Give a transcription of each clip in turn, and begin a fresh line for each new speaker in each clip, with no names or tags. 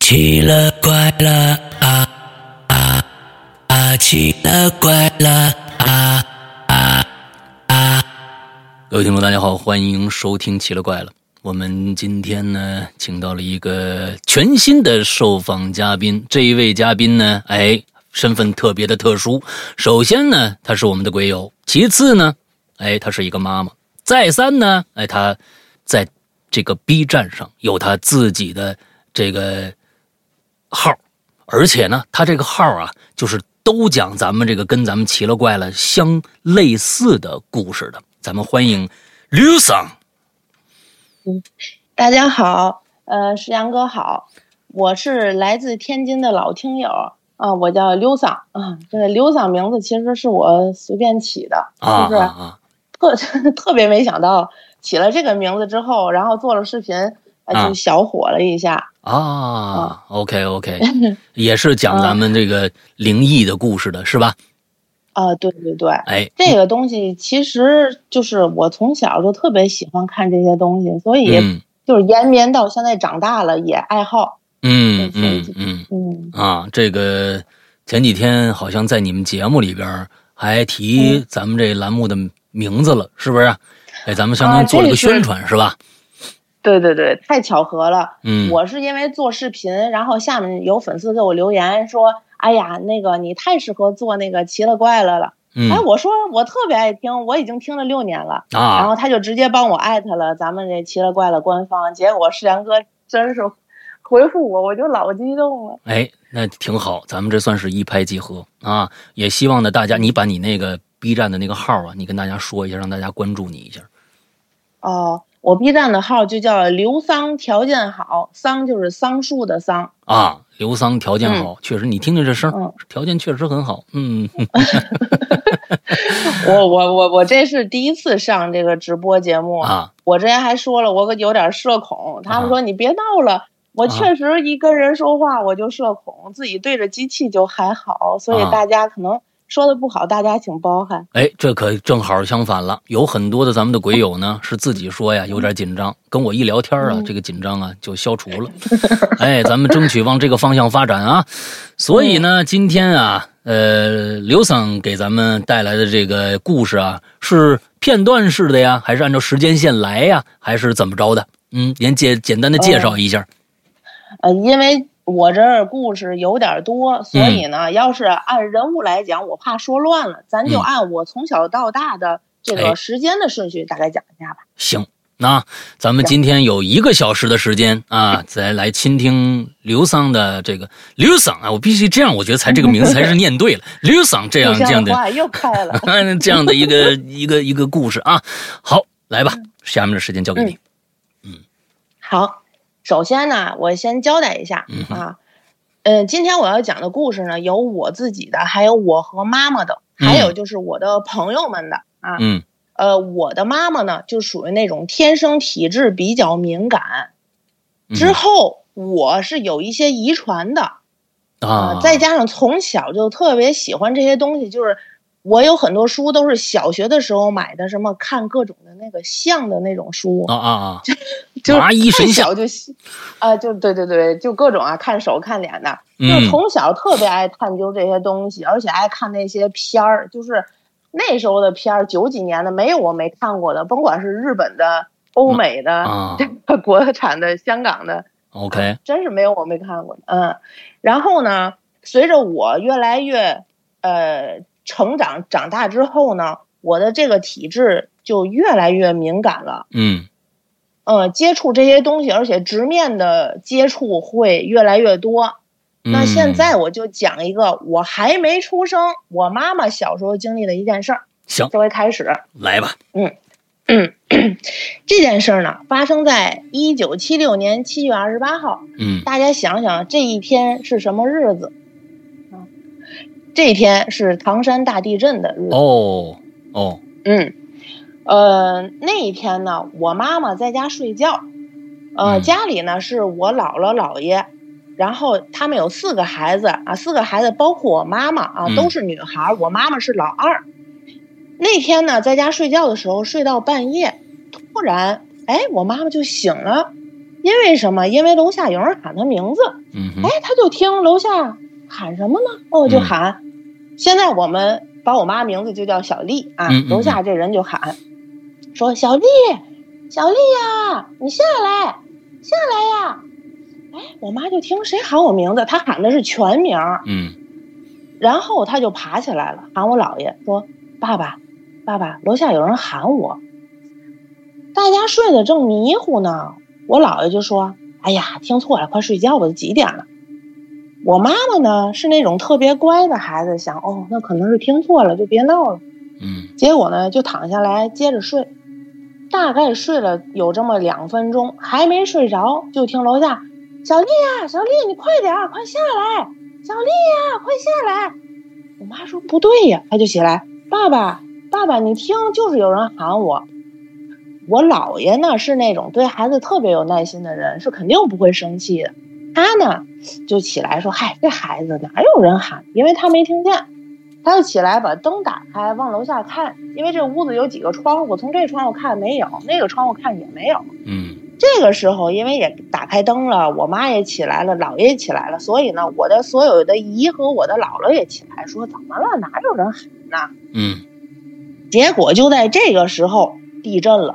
奇了怪了啊啊啊！奇了怪了啊啊啊！
各位听众，大家好，欢迎收听《奇了怪了》。我们今天呢，请到了一个全新的受访嘉宾。这一位嘉宾呢，哎，身份特别的特殊。首先呢，他是我们的鬼友；其次呢，哎，她是一个妈妈；再三呢，哎，她在这个 B 站上有她自己的这个号，而且呢，他这个号啊，就是都讲咱们这个跟咱们奇了怪了相类似的故事的。咱们欢迎刘桑，
大家好，呃，石阳哥好，我是来自天津的老听友啊、我叫刘桑啊，这个刘桑名字其实是我随便起的，
啊
就是
啊
特 特别没想到起了这个名字之后，然后做了视频，
啊
呃，就小火了一下。
啊啊！OK OK，也是讲咱们这个灵异的故事的是吧？
啊、对对对，
哎，
这个东西其实就是我从小就特别喜欢看这些东西，所以
嗯
就是延绵到现在长大了也爱好。
嗯嗯嗯
嗯，
啊，这个前几天好像在你们节目里边还提
嗯
咱们这栏目的名字了，是不是啊？哎，咱们相当于
啊
做了
这
个
个是
宣传是吧？
对对对，太巧合了。
嗯，
我是因为做视频，然后下面有粉丝给我留言说：“哎呀，那个你太适合做那个奇了怪了了。”
嗯
哎，我说我特别爱听，我已经听了六年了。然
啊
后他就直接帮我艾特了咱们这奇了怪了官方，结果世阳哥真是回复我，我就老激动了。
哎，那挺好，咱们这算是一拍即合啊！也希望呢，大家你把你那个 B 站的那个号啊，你跟大家说一下，让大家关注你一下。
哦，我 B 站的号就叫刘桑，条件好，桑就是桑树的桑。
啊，刘桑条件好，确实，你听听这声儿，
嗯
条件确实很好。嗯，
我我我我这是第一次上这个直播节目
啊，
我之前还说了，我有点社恐，他们说你别闹了。我
啊
确实一跟人说话我就社恐，自己对着机器就还好，所以
啊
大家可能说的不好，大家请包涵。
哎，这可正好相反了。有很多的咱们的鬼友呢，是自己说呀有点紧张，跟我一聊天啊，
嗯
这个紧张啊就消除了。哎，咱们争取往这个方向发展啊。所以呢，今天啊，呃，刘桑给咱们带来的这个故事啊，是片段式的呀，还是按照时间线来呀，还是怎么着的？嗯，您简简单的介绍一下。
呃，因为我这儿故事有点多，所
嗯
以呢，要是按人物来讲，我怕说乱了，咱就
嗯
按我从小到大的这
哎
个时间的顺序大概讲一下吧。
行，那咱们今天有一个小时的时间 啊，再来倾听刘桑的这个刘桑啊，我必须这样，我觉得才这个名字才是念对 了，刘桑这样
互
这样
相
的
话又快了。
这样的一个一个一个故事啊。好，来
嗯
吧，下面的时间交给你。
好，首先呢，我先交代一下
嗯哼
啊，嗯，今天我要讲的故事呢，有我自己的，还有我和妈妈的，还有就是我的朋友们的啊。
嗯
呃，我的妈妈呢，就属于那种天生体质比较敏感，
嗯
之后我是有一些遗传的
啊，
再加上从小就特别喜欢这些东西，就是。我有很多书都是小学的时候买的，什么看各种的那个像的那种书
啊啊
就是
麻衣神
从
像
小就喜，啊、就对对对，就各种啊，看手看脸的，就
嗯
是从小特别爱探究这些东西，而且爱看那些片儿，就是那时候的片儿，九几年的没有我没看过的，甭管是日本的、欧美的、
啊啊
国产的、香港的，
，OK，
真是没有我没看过的。嗯，然后呢，随着我越来越呃成长长大之后呢，我的这个体质就越来越敏感了。
嗯
呃，接触这些东西，而且直面的接触会越来越多。
嗯，
那现在我就讲一个我还没出生，我妈妈小时候经历的一件事儿，
行，
作为开始。
来吧，
这件事儿呢，发生在一九七六年七月二十八号。
嗯
大家想想，这一天是什么日子？啊，这一天是唐山大地震的日子。
哦哦
嗯，呃，那一天呢，我妈妈在家睡觉，呃，
嗯
家里呢是我姥姥姥爷，然后他们有四个孩子啊，四个孩子包括我妈妈啊
嗯，
都是女孩儿，我妈妈是老二。那天呢，在家睡觉的时候，睡到半夜，突然，哎，我妈妈就醒了，因为什么？因为楼下有人喊他名字，
嗯哼
哎，他就听楼下喊什么呢？哦，就
嗯
喊。现在我们把我妈名字就叫小丽啊，
嗯嗯
楼下这人就喊，说小丽，小丽呀、你下来，下来呀、哎，我妈就听谁喊我名字，她喊的是全名儿，
嗯
然后她就爬起来了，喊我姥爷说：“爸爸，爸爸，楼下有人喊我。”大家睡得正迷糊呢，我姥爷就说：“哎呀，听错了，快睡觉吧，都几点了？”我妈妈呢是那种特别乖的孩子，想哦，那可能是听错了，就别闹了。
嗯
结果呢，就躺下来接着睡，大概睡了有这么两分钟，还没睡着，就听楼下小丽呀、小丽，你快点儿，快下来！小丽呀、快下来！我妈说不对呀，她就起来，爸爸，爸爸，你听，就是有人喊我。我姥爷呢是那种对孩子特别有耐心的人，是肯定不会生气的。他呢就起来说：“嗨，这孩子哪有人喊？因为他没听见。”他就起来把灯打开，往楼下看，因为这屋子有几个窗户，从这窗户看没有，那个窗户看也没有。
嗯
这个时候，因为也打开灯了，我妈也起来了，姥爷也起来了，所以呢，我的所有的姨和我的姥姥也起来说：“怎么了？哪有人喊呢
嗯，？”
结果就在这个时候，地震了，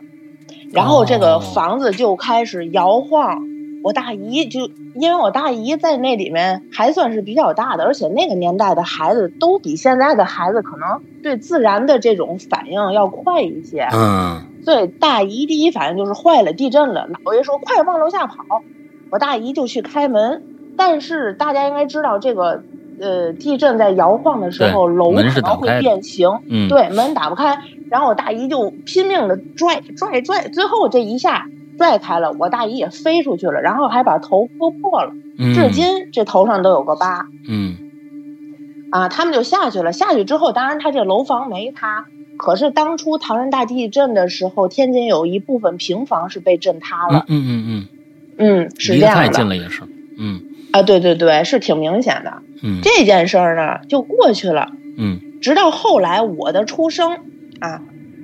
然后这
哦
个房子就开始摇晃。我大姨就因为我大姨在那里面还算是比较大的，而且那个年代的孩子都比现在的孩子可能对自然的这种反应要快一些。
嗯
所以大姨第一反应就是坏了，地震了。姥爷说快往楼下跑，我大姨就去开门。但是大家应该知道，这个呃地震在摇晃的时候，
对
楼可
门是打
能
不开的
会变形，
嗯，
对，门打不开。然后我大姨就拼命的拽拽拽，最后这一下拽开了，我大姨也飞出去了，然后还把头磕破了，
嗯，
至今这头上都有个疤。
嗯
啊，他们就下去了。下去之后，当然他这楼房没塌，可是当初唐山大地震的时候，天津有一部分平房是被震塌
嗯
了。
嗯嗯嗯，
嗯，是
离
这
得
样
太
的
近了也是，嗯
啊，对对对，是挺明显的。
嗯
这件事儿呢，就过去了。
嗯
直到后来我的出生啊，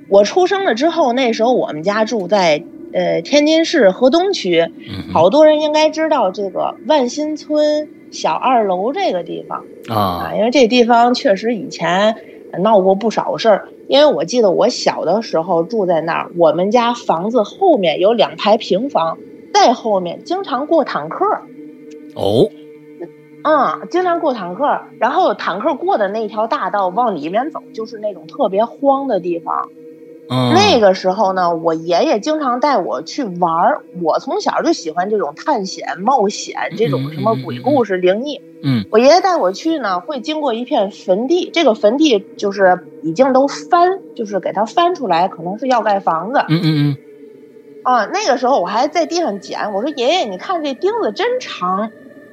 我出生了之后，那时候我们家住在呃天津市河东区，
嗯，
好多人应该知道这个万新村小二楼这个地方。
啊
啊，，因为这地方确实以前闹过不少事儿。因为我记得我小的时候住在那儿，我们家房子后面有两排平房，再后面经常过坦克儿，
哦，
嗯，经常过坦克儿。然后坦克过的那条大道往里面走，就是那种特别荒的地方。
嗯，
那个时候呢，我爷爷经常带我去玩儿。我从小就喜欢这种探险、冒险，这种什么鬼故事、灵异。
嗯
我爷爷带我去呢，会经过一片坟地，这个坟地就是已经都翻，就是给它翻出来，可能是要盖房子
嗯嗯嗯
啊。那个时候我还在地上捡，我说爷爷，你看这钉子真长。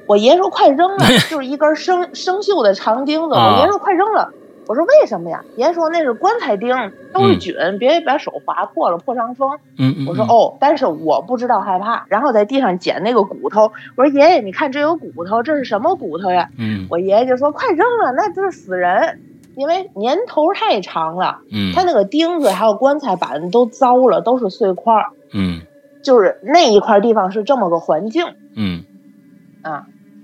我爷爷说快 扔了，就是一根生生锈的长钉子。
啊
我爷爷说快扔了，我说为什么呀？爷爷说那是棺材钉，都是菌，别把手划破了，破伤风。
嗯嗯，
我说，哦，但是我不知道害怕，然后在地上捡那个骨头。我说爷爷，你看这有骨头，这是什么骨头呀？
嗯
我爷爷就说快扔了，那就是死人，因为年头太长了，
嗯，
他那个钉子还有棺材板都糟了，都是碎块儿，
嗯
就是那一块地方是这么个环境。
嗯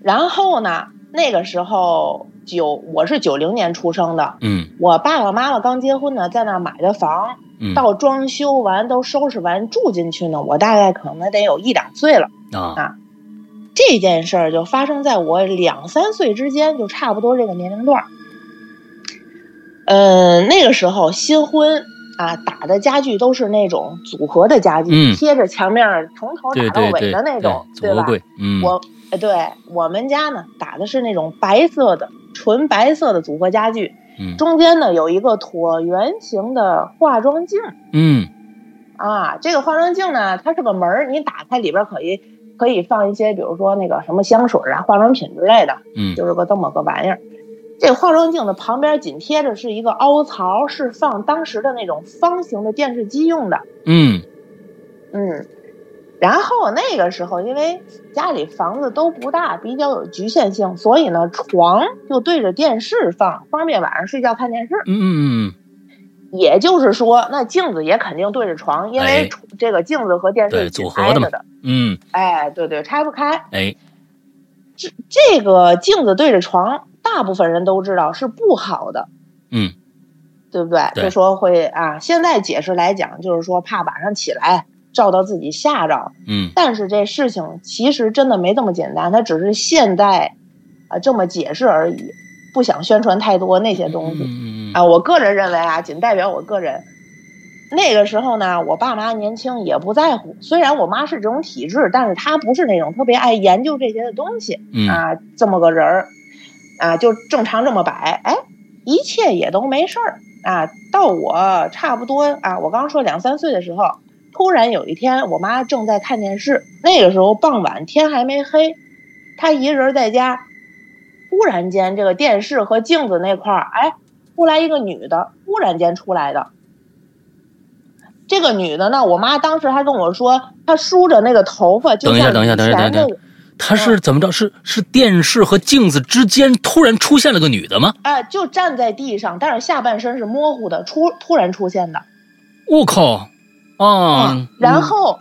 然后呢，那个时候九我是九零年出生的，
嗯
我爸爸妈妈刚结婚呢，在那儿买的房，
嗯，
到装修完都收拾完住进去呢，我大概可能得有一两岁了。
啊，
这件事儿就发生在我两三岁之间，就差不多这个年龄段儿。嗯，那个时候新婚啊，打的家具都是那种组合的家具，
嗯
贴着墙面儿从头
对
打到
对
尾
对
的那种，
对，
吧？
贵，嗯，
我呃对我们家呢打的是那种白色的纯白色的组合家具，
嗯
中间呢有一个椭圆形的化妆镜。
嗯
啊，这个化妆镜呢，它是个门儿，你打开里边儿可以可以放一些，比如说那个什么香水啊、化妆品之类的，
嗯
就是个这么个玩意儿。这化妆镜的旁边紧贴着是一个凹槽，是放当时的那种方形的电视机用的，
嗯
嗯。然后那个时候，因为家里房子都不大，比较有局限性，所以呢，床就对着电视放，方便晚上睡觉看电视。
嗯嗯
也就是说，那镜子也肯定对着床，因
哎
为出这个镜子和电
对
视
组
紧
合
挨
的
着
嘛
的。
嗯，
哎，对对，拆不开。
哎，
这这个镜子对着床，大部分人都知道是不好的，
嗯，
对不对？
对
就说会啊，现在解释来讲，就是说怕晚上起来照到自己吓着。
嗯，
但是这事情其实真的没这么简单，它只是现代啊、这么解释而已，不想宣传太多那些东西。
嗯嗯嗯
啊，我个人认为啊，仅代表我个人。那个时候呢，我爸妈年轻也不在乎，虽然我妈是这种体质，但是她不是那种特别爱研究这些的东西
嗯，
啊，这么个人儿啊，就正常这么摆，哎，一切也都没事儿啊。到我差不多啊，我刚说两三岁的时候，突然有一天，我妈正在看电视，那个时候傍晚天还没黑，她一人在家，突然间这个电视和镜子那块儿，哎，出来一个女的，突然间出来的。这个女的呢，我妈当时还跟我说，她梳着那个头发，就
等一下
像
等一下
以
等一下等
前
一下
那个
他是怎么着？是是电视和镜子之间突然出现了个女的吗？
哎，就站在地上，但是下半身是模糊的，出突然出现的。
我靠！啊，
嗯然后、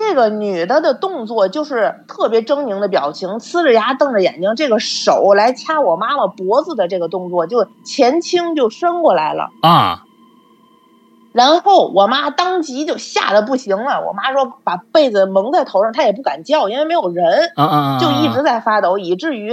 这个女的的动作就是特别狰狞的表情，呲着牙瞪着眼睛，这个手来掐我妈妈脖子的这个动作就前倾就伸过来了。
啊，
然后我妈当即就吓得不行了，我妈说把被子蒙在头上，她也不敢叫，因为没有人，
啊啊啊！
就一直在发抖，以至于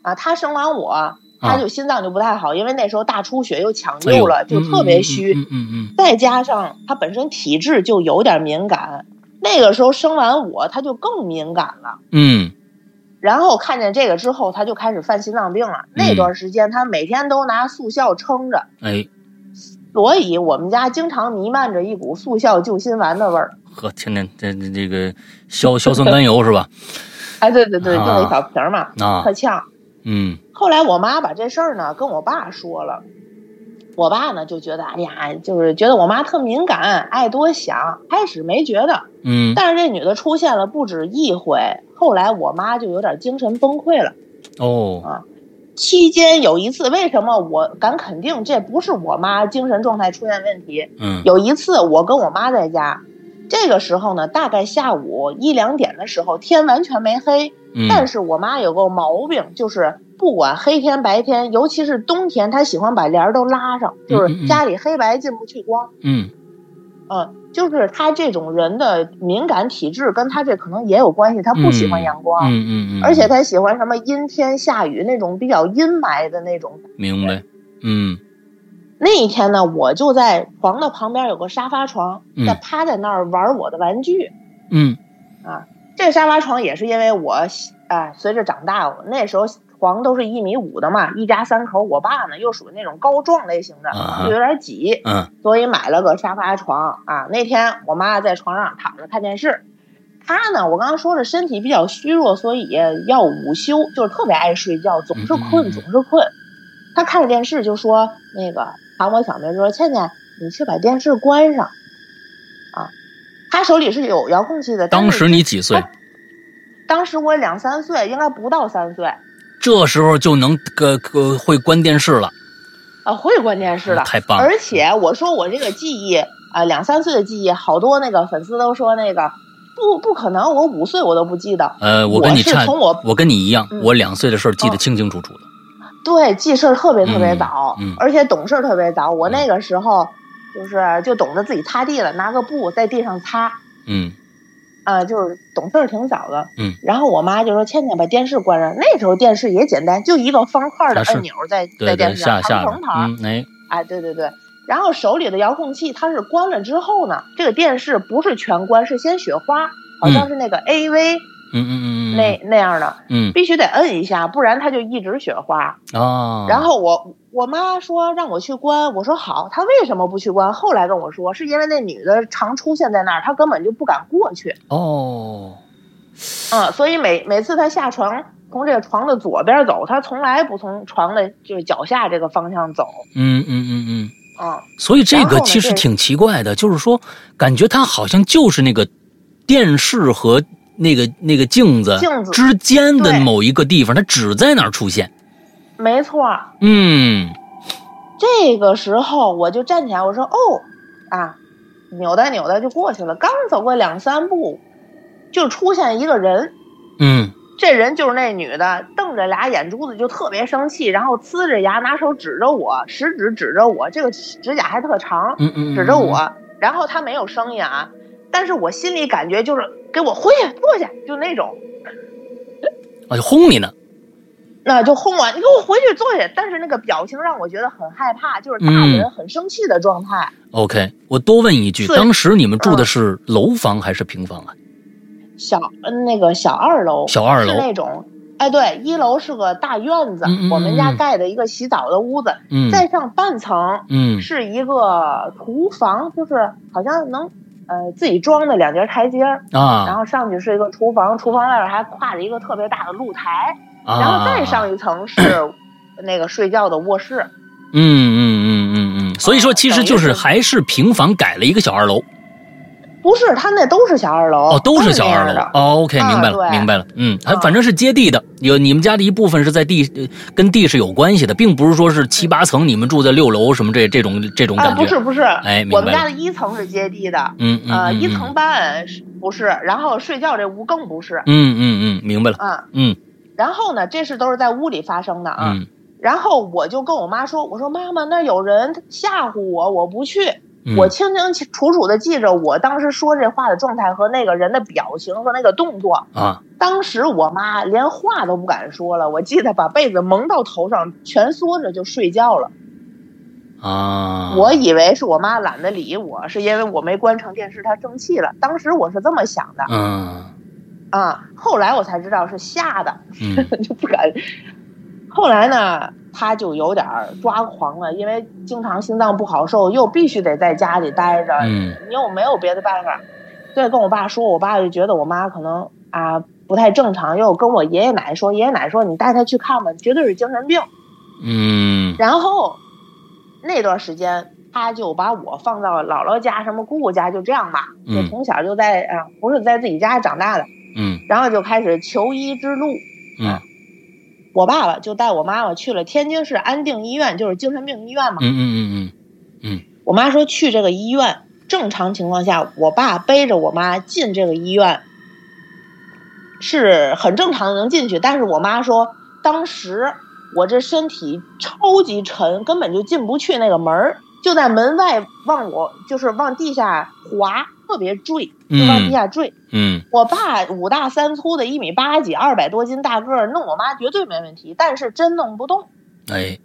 啊，她生完我。她就心脏就不太好，因为那时候大出血又抢
啊哎呦
救了，就特别虚。
嗯嗯嗯嗯
再加上他本身体质就有点敏感，那个时候生完我他就更敏感了。
嗯嗯，
然后看见这个之后，他就开始犯心脏
嗯
病了。那段时间他每天都拿速效撑着，
哎，
所以我们家经常弥漫着一股速效救心丸的味儿。
呵，天天这这这个 硝硝酸甘油是吧？
哎，对对对，就
啊
那小瓶儿嘛，
啊
特，呛。
嗯
后来我妈把这事儿呢跟我爸说了，我爸呢就觉得哎呀，就是觉得我妈特敏感，爱多想，开始没觉得。
嗯，
但是这女的出现了不止一回，后来我妈就有点精神崩溃了。
哦，
期间有一次，为什么我敢肯定这不是我妈精神状态出现问题？
嗯
有一次我跟我妈在家，这个时候呢，大概下午一两点的时候，天完全没黑，
嗯，
但是我妈有个毛病，就是不管黑天白天，尤其是冬天，她喜欢把帘儿都拉上，
嗯
就
嗯嗯
是家里黑白进不去光。
嗯
嗯，就是他这种人的敏感体质跟他这可能也有关系，他不喜欢阳光，
嗯嗯嗯，
而且他喜欢什么阴天下雨那种比较阴霾的那种。
明白，嗯
那一天呢，我就在床的旁边有个沙发床
嗯，
在趴在那儿玩我的玩具。
嗯
这沙发床也是因为我喜哎，随着长大，我那时候床都是一米五的嘛，一家三口，我爸呢又属于那种高壮类型的
啊哈，
就有点挤。
嗯
所以买了个沙发床啊。那天我妈在床上躺着看电视，她呢，我刚刚说了身体比较虚弱，所以要午休，就是特别爱睡觉，总
嗯
是
嗯嗯
困，总是困。她看着电视就说：“那个喊我小名说，倩倩，你去把电视关上。”啊，她手里是有遥控器的，但
当
是
时你几岁？
当时我两三岁，应该不到三岁。
这时候就能个个会关电视了，
啊，会关电视的，
太棒了
而且我说我这个记忆啊、两三岁的记忆，好多那个粉丝都说那个不不可能，我五岁我都不记得。
呃，
我
跟你
是
差，
从我
我跟你一样，
嗯
我两岁的事儿记得
哦
清清楚楚的。
对记事儿特别特别
嗯
早，
嗯
而且懂事儿特别早。我
嗯
那个时候就是就懂得自己擦地了，拿个布在地上擦。
嗯
啊、就是懂事儿挺早的，
嗯。
然后我妈就说：“倩倩，把电视关上。”那时候电视也简单，就一个方块儿的
啊是
按钮在在
对对，
电视
下
上，
下
长
边
藤牌儿。，
嗯，哎，
哎，对对对。然后手里的遥控器，它是关了之后呢，这个电视不是全关，是先雪花，好像是那个 AV
嗯嗯嗯嗯，
那、那样的，
嗯
必须得摁一下，不然它就一直雪花。
啊，
然后我我妈说让我去关，我说好。她为什么不去关？后来跟我说，是因为那女的常出现在那儿，她根本就不敢过去。
哦，
嗯，所以每每次她下床，从这个床的左边走，她从来不从床的就是脚下这个方向走。
嗯嗯嗯嗯。
嗯，
所以这
然
个
后呢
其实
这
挺奇怪的，就是说，感觉它好像就是那个电视和那个那个镜子
镜子
之间的
对
某一个地方，它只在那儿出现。
没错儿。
嗯
这个时候我就站起来，我说：“哦，啊，扭哒扭哒就过去了。”刚走过两三步，就出现一个人，
嗯
这人就是那女的，瞪着俩眼珠子就特别生气，然后呲着牙拿手指着我，食指指着我，这个指甲还特长，
嗯嗯，
指着我。然后她没有声音啊，但是我心里感觉就是给我回去坐下，就那种。
啊，就轰你呢，
那就轰我，你给我回去坐下。但是那个表情让我觉得很害怕，就是大人很生气的状态。
OK，我多问一句，
是嗯
当时你们住的是楼房还是平房啊？
小嗯那个小二楼，
小二楼
是那种，哎，对，一楼是个大院子，
嗯嗯嗯
我们家盖的一个洗澡的屋子，
嗯
再上半层
嗯
是一个厨房，就是好像能呃自己装的两节台阶儿，然
啊
后上去是一个厨房，厨房外边还跨着一个特别大的露台，
啊，
然后再上一层是那个睡觉的卧室。
嗯嗯嗯嗯嗯，所以说其实就
哦等
是
于是
还是平房改了一个小二楼
不是，他那都是小二楼，
哦，都
是
是小
那
二
样
楼
的。
哦，OK，
啊
明白了
对
明白了，嗯，还
啊
反正是接地的，有你们家的一部分是在地呃跟地是有关系的，并不是说是七八层你们住在六楼什么这这种这种
啊，
感
不
觉
是，不是，
哎明
我们
白
家的一层是接地的，
嗯嗯
呃，
嗯
一层半是不是，然后睡觉这屋更不是，
嗯嗯嗯，明白了，
啊，
嗯
然后呢，这事都是在屋里发生的啊。
嗯
然后我就跟我妈说，我说妈妈，那儿有人吓唬我，我不去。
嗯，
我清清楚楚的记着我当时说这话的状态和那个人的表情和那个动作。
啊
当时我妈连话都不敢说了，我记得把被子蒙到头上，蜷缩着就睡觉了。
啊，
我以为是我妈懒得理我，是因为我没关成电视，她生气了。当时我是这么想的
嗯
啊，后来我才知道是吓的，
嗯
就不敢。后来呢，她就有点儿抓狂了，因为经常心脏不好受，又必须得在家里待着，
嗯
你又没有别的办法。对，跟我爸说，我爸就觉得我妈可能啊不太正常，又跟我爷爷奶奶说，爷爷奶奶说你带她去看吧，绝对是精神病。
嗯
然后那段时间，他就把我放到姥姥家、什么姑姑家，就这样吧。
嗯
就从小就在啊、不是在自己家长大的，
嗯
然后就开始求医之路。
嗯
我爸爸就带我妈妈去了天津市安定医院，就是精神病医院嘛。
嗯嗯嗯
我妈说去这个医院，正常情况下，我爸背着我妈进这个医院是很正常的，能进去。但是我妈说，当时我这身体超级沉，根本就进不去那个门儿，就在门外往我就是往地下滑，特别坠，就往地
嗯
下坠。
嗯
我爸五大三粗的，一米八几，二百多斤大个儿，弄我妈绝对没问题，但是真弄不动。
嗯，哎，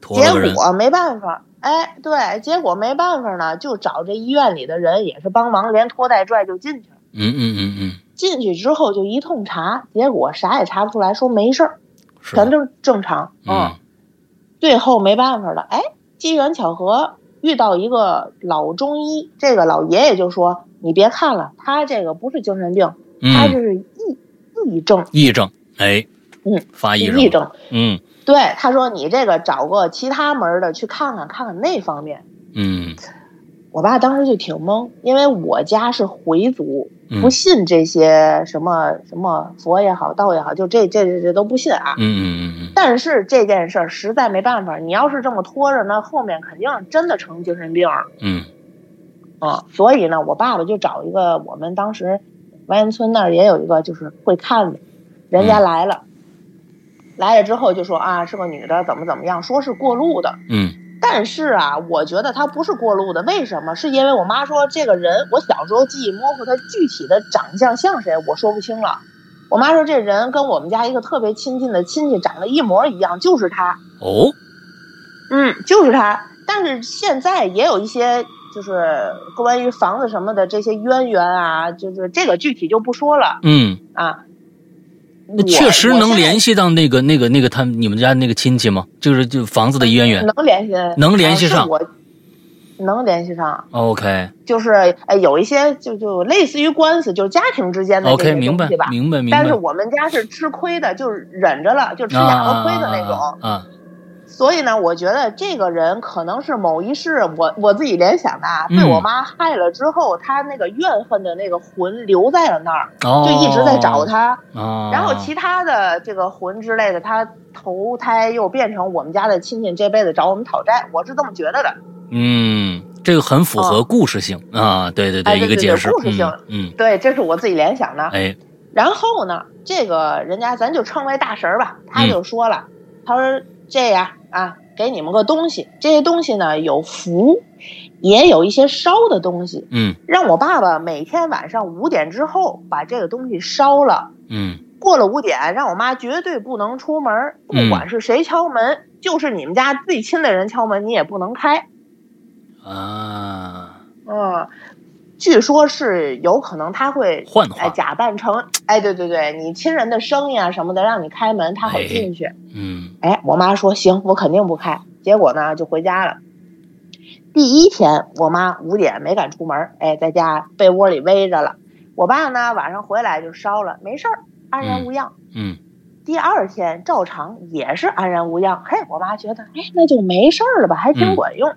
陀螺
结
人，
果没办法，哎，对，结果没办法呢，就找这医院里的人也是帮忙，连拖带拽就进去了。
嗯嗯嗯嗯，
进去之后就一通查，结果啥也查不出来，说没事儿，
是
全都正常。
嗯，
最后没办法了，哎，机缘巧合遇到一个老中医，这个老爷爷就说：“你别看了，他这个不是精神病，他这
嗯，
是抑抑郁症，
癔症，哎，
嗯，
发癔
抑郁
症，
症。
嗯”
对，他说：“你这个找个其他门儿的去看看，看看那方面。”
嗯
我爸当时就挺懵，因为我家是回族，
嗯
不信这些什么什么佛也好，道也好，就这这这这都不信啊
嗯。嗯嗯
但是这件事儿实在没办法，你要是这么拖着呢，后面肯定真的成精神病了
嗯
啊、所以呢，我爸爸就找一个我们当时完颜村那儿也有一个就是会看的，人家来了，来了之后就说啊是个女的，怎么怎么样，说是过路的，
嗯
但是啊，我觉得他不是过路的，为什么？是因为我妈说这个人，我小时候记忆模糊，他具体的长相像谁，我说不清了。我妈说这人跟我们家一个特别亲近的亲戚长得一模一样，就是他，
哦，
嗯，就是他。但是现在也有一些就是关于房子什么的这些渊源啊，就是这个具体就不说了
嗯，
啊。我
确实能
系
联系到那个那个那个他你们家那个亲戚吗？就是就房子的渊源
能联系，
能联系上
啊是我能联系上。
，OK
就是呃有一些就就类似于官司，就是家庭之间的这
OK，
些
哦明白
东西吧。
明白明白，
但是我们家是吃亏的，就是忍着了，就吃哑巴亏的那种，
啊，
所以呢，我觉得这个人可能是某一世，我我自己联想的啊，
嗯
被我妈害了之后，他那个怨恨的那个魂留在了那儿，
哦，
就一直在找他。
哦。
然后其他的这个魂之类的，他投胎又变成我们家的亲戚，这辈子找我们讨债，我是这么觉得的。
嗯，这个很符合故事性、啊，对对
哎对
一个
对
解
对
释，
故事性
嗯，嗯，
对，这是我自己联想的。
哎，
然后呢，这个人家咱就称为大神儿吧，他就说了，他说这样啊，给你们个东西，这些东西呢有符，也有一些烧的东西，
嗯
让我爸爸每天晚上五点之后把这个东西烧了，
嗯
过了五点，让我妈绝对不能出门儿，
嗯
不管是谁敲门，就是你们家最亲的人敲门，你也不能开。
啊，
嗯，据说是有可能他会
幻
哎，
化，
假扮成哎，对对对，你亲人的声音啊什么的，让你开门，他好进去。
嗯
哎，我妈说行，我肯定不开。结果呢，就回家了。第一天，我妈五点没敢出门，哎，在家被窝里偎着了。我爸呢，晚上回来就烧了，没事儿，安然无恙。
嗯
第二天照常也是安然无恙。嘿，我妈觉得，嗯哎，那就没事儿了吧，还挺管用。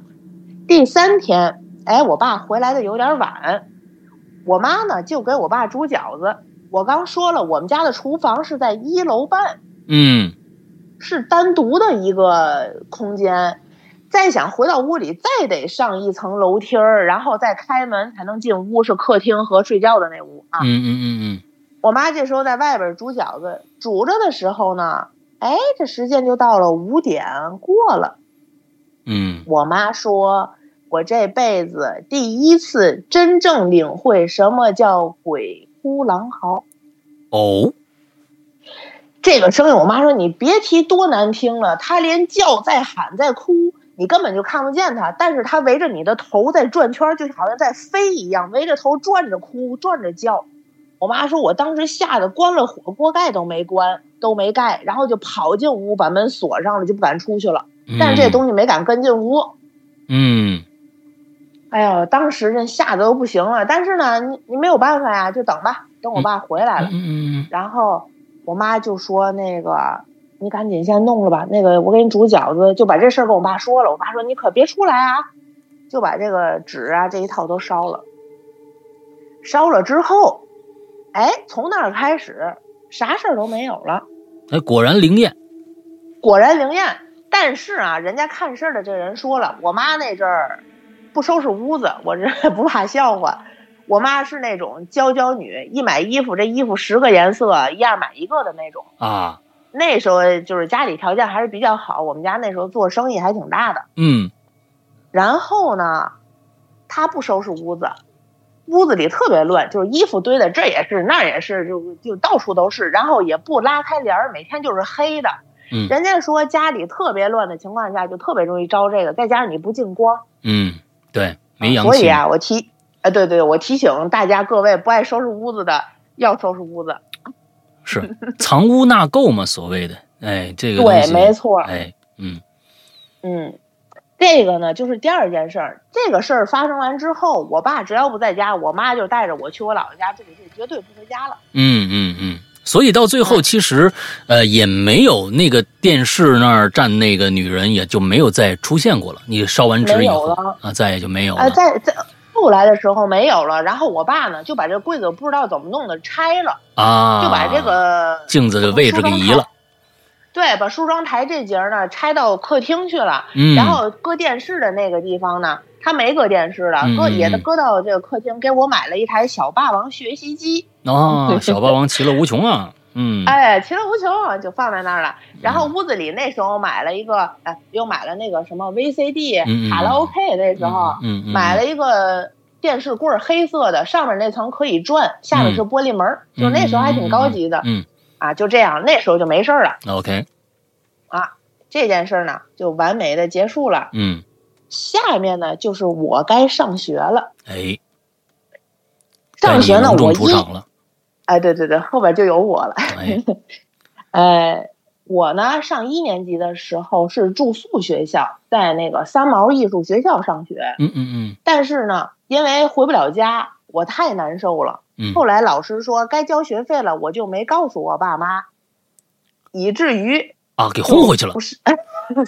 第三天，哎，我爸回来的有点晚，我妈呢就给我爸煮饺子。我刚说了，我们家的厨房是在一楼半，
嗯
是单独的一个空间。再想回到屋里，再得上一层楼梯儿，然后再开门才能进屋，是客厅和睡觉的那屋啊。
嗯嗯嗯
我妈这时候在外边煮饺子，煮着的时候呢，哎，这时间就到了五点过了。
嗯
我妈说，我这辈子第一次真正领会什么叫鬼哭狼嚎。
嗯，哦，
这个声音，我妈说你别提多难听了，她连叫在喊在哭，你根本就看不见她，但是她围着你的头在转圈儿，就好像在飞一样，围着头转着哭，转着叫。我妈说，我当时吓得关了火锅盖都没关，都没盖，然后就跑进屋把门锁上了，就不敢出去了。但是这
西，
东西没敢跟进屋，
嗯
哎呦，当时这吓得都不行了。但是呢，你你没有办法呀，就等吧，等我爸回来了。
嗯嗯
然后我妈就说那个你赶紧先弄了吧，那个我给你煮饺子，就把这事儿跟我爸说了。我爸说你可别出来啊，就把这个纸啊这一套都烧了。烧了之后，哎，从那儿开始啥事儿都没有了，
嗯，哎，果然灵验，
果然灵验。但是啊，人家看事儿的这人说了，我妈那阵儿不收拾屋子，我这 不怕笑话。我妈是那种娇娇女，一买衣服这衣服十个颜色一样买一个的那种。
啊，
那时候就是家里条件还是比较好，我们家那时候做生意还挺大的。
嗯
然后呢，他不收拾屋子，屋子里特别乱，就是衣服堆的这也是那儿也是，就就到处都是。然后也不拉开帘儿，每天就是黑的。
嗯
人家说家里特别乱的情况下，就特别容易招这个，再加上你不进光，
嗯，对，没阳
所
气
以，啊，我提，呃，对对，我提醒大家各位不爱收拾屋子的，要收拾屋子。
是藏污纳垢嘛，所谓的，哎，这个东
对，
西
没，错。
哎，嗯
嗯，这个呢，就是第二件事儿。这个事儿发生完之后，我爸只要不在家，我妈就带着我去我姥姥家，这里就绝对不回家了。
嗯嗯嗯。所以到最后，其实，呃，也没有那个电视那儿站那个女人，也就没有再出现过了。你烧完纸
没
以
有
后
了
啊，再也就没有了。
哎，在在后来的时候没有了，然后我爸呢就把这柜子不知道怎么弄的拆了，
啊，
就把这个、
镜子的位置给移了。
对，把梳妆台这节儿呢拆到客厅去了，
嗯，
然后搁电视的那个地方呢。他没搁电视了，
嗯
搁也
嗯嗯
搁到这个客厅，给我买了一台小霸王学习机。
哦，小霸王其乐无穷啊，嗯，
哎，其乐无穷就放在那儿了。然后屋子里那时候买了一个，哎，又买了那个什么 VCD、
嗯嗯
卡拉 OK，那时候、
嗯，嗯嗯，
买了一个电视柜儿，黑色的，上面那层可以转，下面是玻璃门儿，就那时候还挺高级的、
嗯
啊。就这样，那时候就没事儿了。
，OK，
这件事儿呢，就完美的结束了。
嗯，
下面呢，就是我该上学了。
哎，
上学呢，
但你
我
隆重出
一
场 了，
哎，对对对，后边就有我了。
哎，
呃，我呢上一年级的时候是住宿学校，在那个三毛艺术学校上学，
嗯嗯
但是呢，因为回不了家，我太难受了。
嗯
后来老师说该交学费了，我就没告诉我爸妈，以至于
啊，给轰回去了
不是，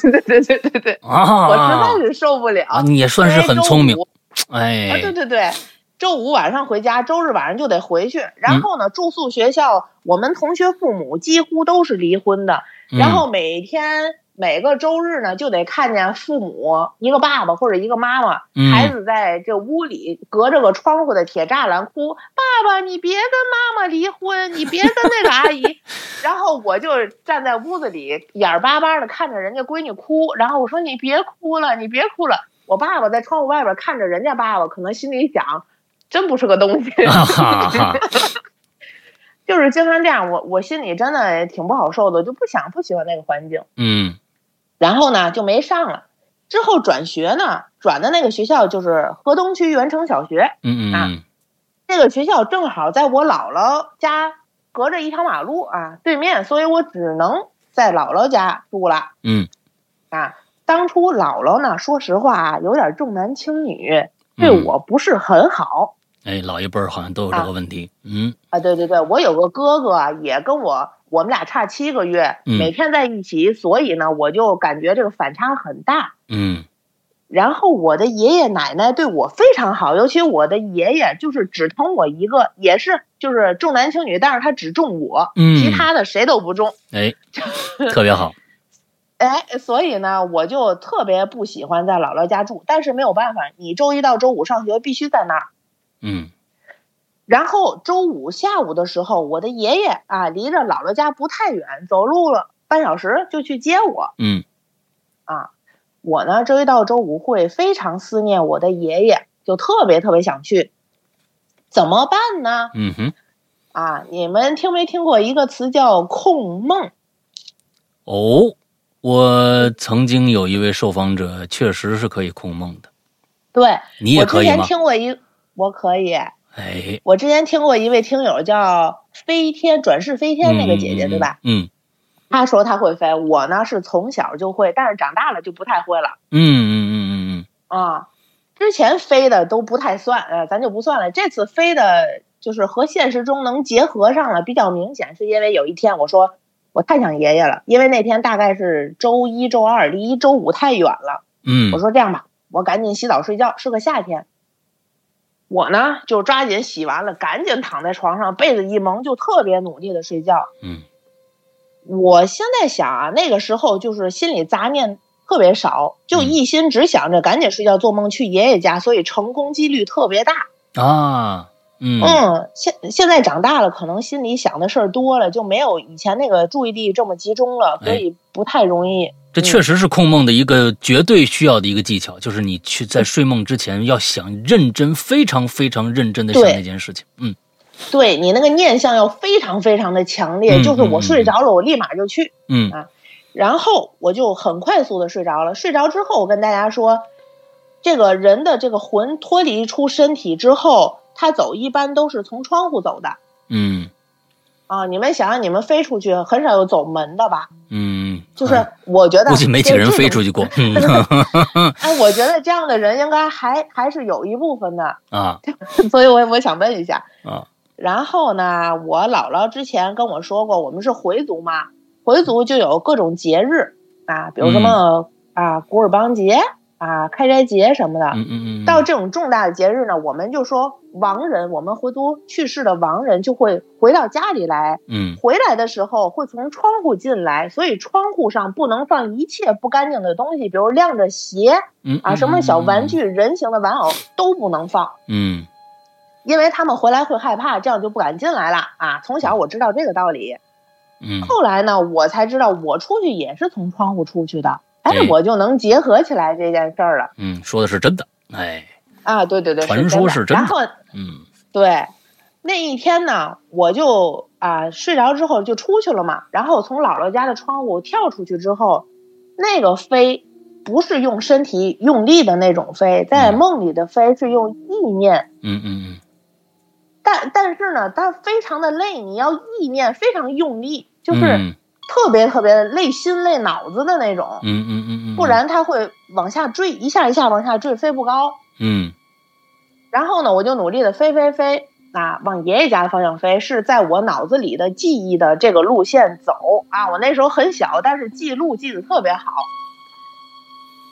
对对对对对，我
啊
实在是受不了。哎
啊！你也算是很聪明
因为周，五啊，
哎
对，对对，周五晚上回家，周日晚上就得回去。
嗯
然后呢，住宿学校，我们同学父母几乎都是离婚的，
嗯
然后每天每个周日呢，就得看见父母一个爸爸或者一个妈妈，
嗯
孩子在这屋里隔着个窗户的铁栅栏哭：“爸爸，你别跟妈妈离婚，你别跟那个阿姨。” 然后我就站在屋子里眼儿巴巴的看着人家闺女哭，然后我说：“你别哭了，你别哭了。”我爸爸在窗户外边看着人家爸爸，可能心里想：“真不是个东西。”
啊哈哈，
就是经常这样，我我心里真的挺不好受的，就不想不喜欢那个环境。
嗯
然后呢就没上了。之后转学呢，转的那个学校就是河东区原城小学。
嗯嗯
啊这个学校正好在我姥姥家隔着一条马路啊对面，所以我只能在姥姥家住了
嗯
啊。当初姥姥呢，说实话啊，有点重男轻女，对
嗯
我不是很好、
哎，老一辈儿好像都有这个问题，嗯
啊。对对对，我有个哥哥啊也跟我，我们俩差七个月，
嗯
每天在一起，所以呢，我就感觉这个反差很大。
嗯
然后我的爷爷奶奶对我非常好，尤其我的爷爷就是只疼我一个，也是就是重男轻女，但是他只重我，
嗯，
其他的谁都不重。
哎，特别好，
哎，所以呢，我就特别不喜欢在姥姥家住，但是没有办法，你周一到周五上学必须在那儿。
嗯
然后周五下午的时候，我的爷爷啊离着姥姥家不太远，走路了半小时就去接我。
嗯
我呢，周一到周五会非常思念我的爷爷，就特别特别想去。怎么办呢？
嗯哼，
啊，你们听没听过一个词叫“控梦
哦，我曾经有一位受访者确实是可以控梦的，”？
对，
你也
我
可
之
以
前
吗？
听过一，我可以。
哎，
我之前听过一位听友叫飞天转世飞天那个姐姐，
嗯
对吧？？
嗯
她说她会飞，我呢是从小就会，但是长大了就不太会了
嗯嗯嗯嗯
啊。之前飞的都不太算，呃，咱就不算了。这次飞的就是和现实中能结合上了，比较明显，是因为有一天我说我太想爷爷了，因为那天大概是周一周二，离周五太远了。
嗯嗯，
我说这样吧，我赶紧洗澡睡觉，是个夏天。我呢就抓紧洗完了，赶紧躺在床上，被子一蒙，就特别努力的睡觉。
嗯
我现在想啊，那个时候就是心里杂念特别少，就
嗯
一心只想着赶紧睡觉，做梦去爷爷家，所以成功几率特别大。
啊，嗯
嗯，现现在长大了，可能心里想的事儿多了，就没有以前那个注意力这么集中了，所
哎
以不太容易。
这确实是控梦的一个绝对需要的一个技巧，就是你去在睡梦之前要想认真，非常非常认真的想
对
那件事情。嗯
对你那个念想要非常非常的强烈，
嗯
就是
嗯
我睡
嗯
着了，我立马就去。
嗯
然后我就很快速的睡着了。睡着之后，我跟大家说，这个人的这个魂脱离出身体之后，他走一般都是从窗户走的
嗯
啊。你们想想，你们飞出去很少有走门的吧？
嗯，
就是我觉得
估计没几个人飞
去。
出去过。嗯
哎，我觉得这样的人应该还还是有一部分的，
啊
所以我我想问一下。
啊，
然后呢，我姥姥之前跟我说过，我们是回族嘛，回族就有各种节日啊，比如什
嗯
么、啊古尔邦节啊、开斋节什么的。
嗯嗯嗯，
到这种重大的节日呢，我们就说亡人，我们回族去世的亡人就会回到家里来，
嗯
回来的时候会从窗户进来，所以窗户上不能放一切不干净的东西，比如晾着鞋
嗯
啊，什么小玩具、人形的玩偶都不能放。
嗯
因为他们回来会害怕，这样就不敢进来了啊。从小我知道这个道理，
嗯
后来呢，我才知道我出去也是从窗户出去的，哎
对，
我就能结合起来这件事儿了
嗯，说的是真的。哎，
啊。对对对，
传说是
是
真的
然后
嗯
对，那一天呢，我就啊、睡着之后就出去了嘛，然后从姥姥家的窗户跳出去之后，那个飞不是用身体用力的那种飞，在
嗯
梦里的飞是用意念
嗯嗯
但但是呢，它非常的累，你要意念非常用力，
嗯，
就是
嗯
特别特别累心累脑子的那种，
嗯嗯嗯嗯，
不然它会往下坠，一下一下往下坠，飞不高。
嗯
然后呢，我就努力的飞飞飞，啊，往爷爷家的方向飞，是在我脑子里的记忆的这个路线走啊。我那时候很小，但是记路记得特别好。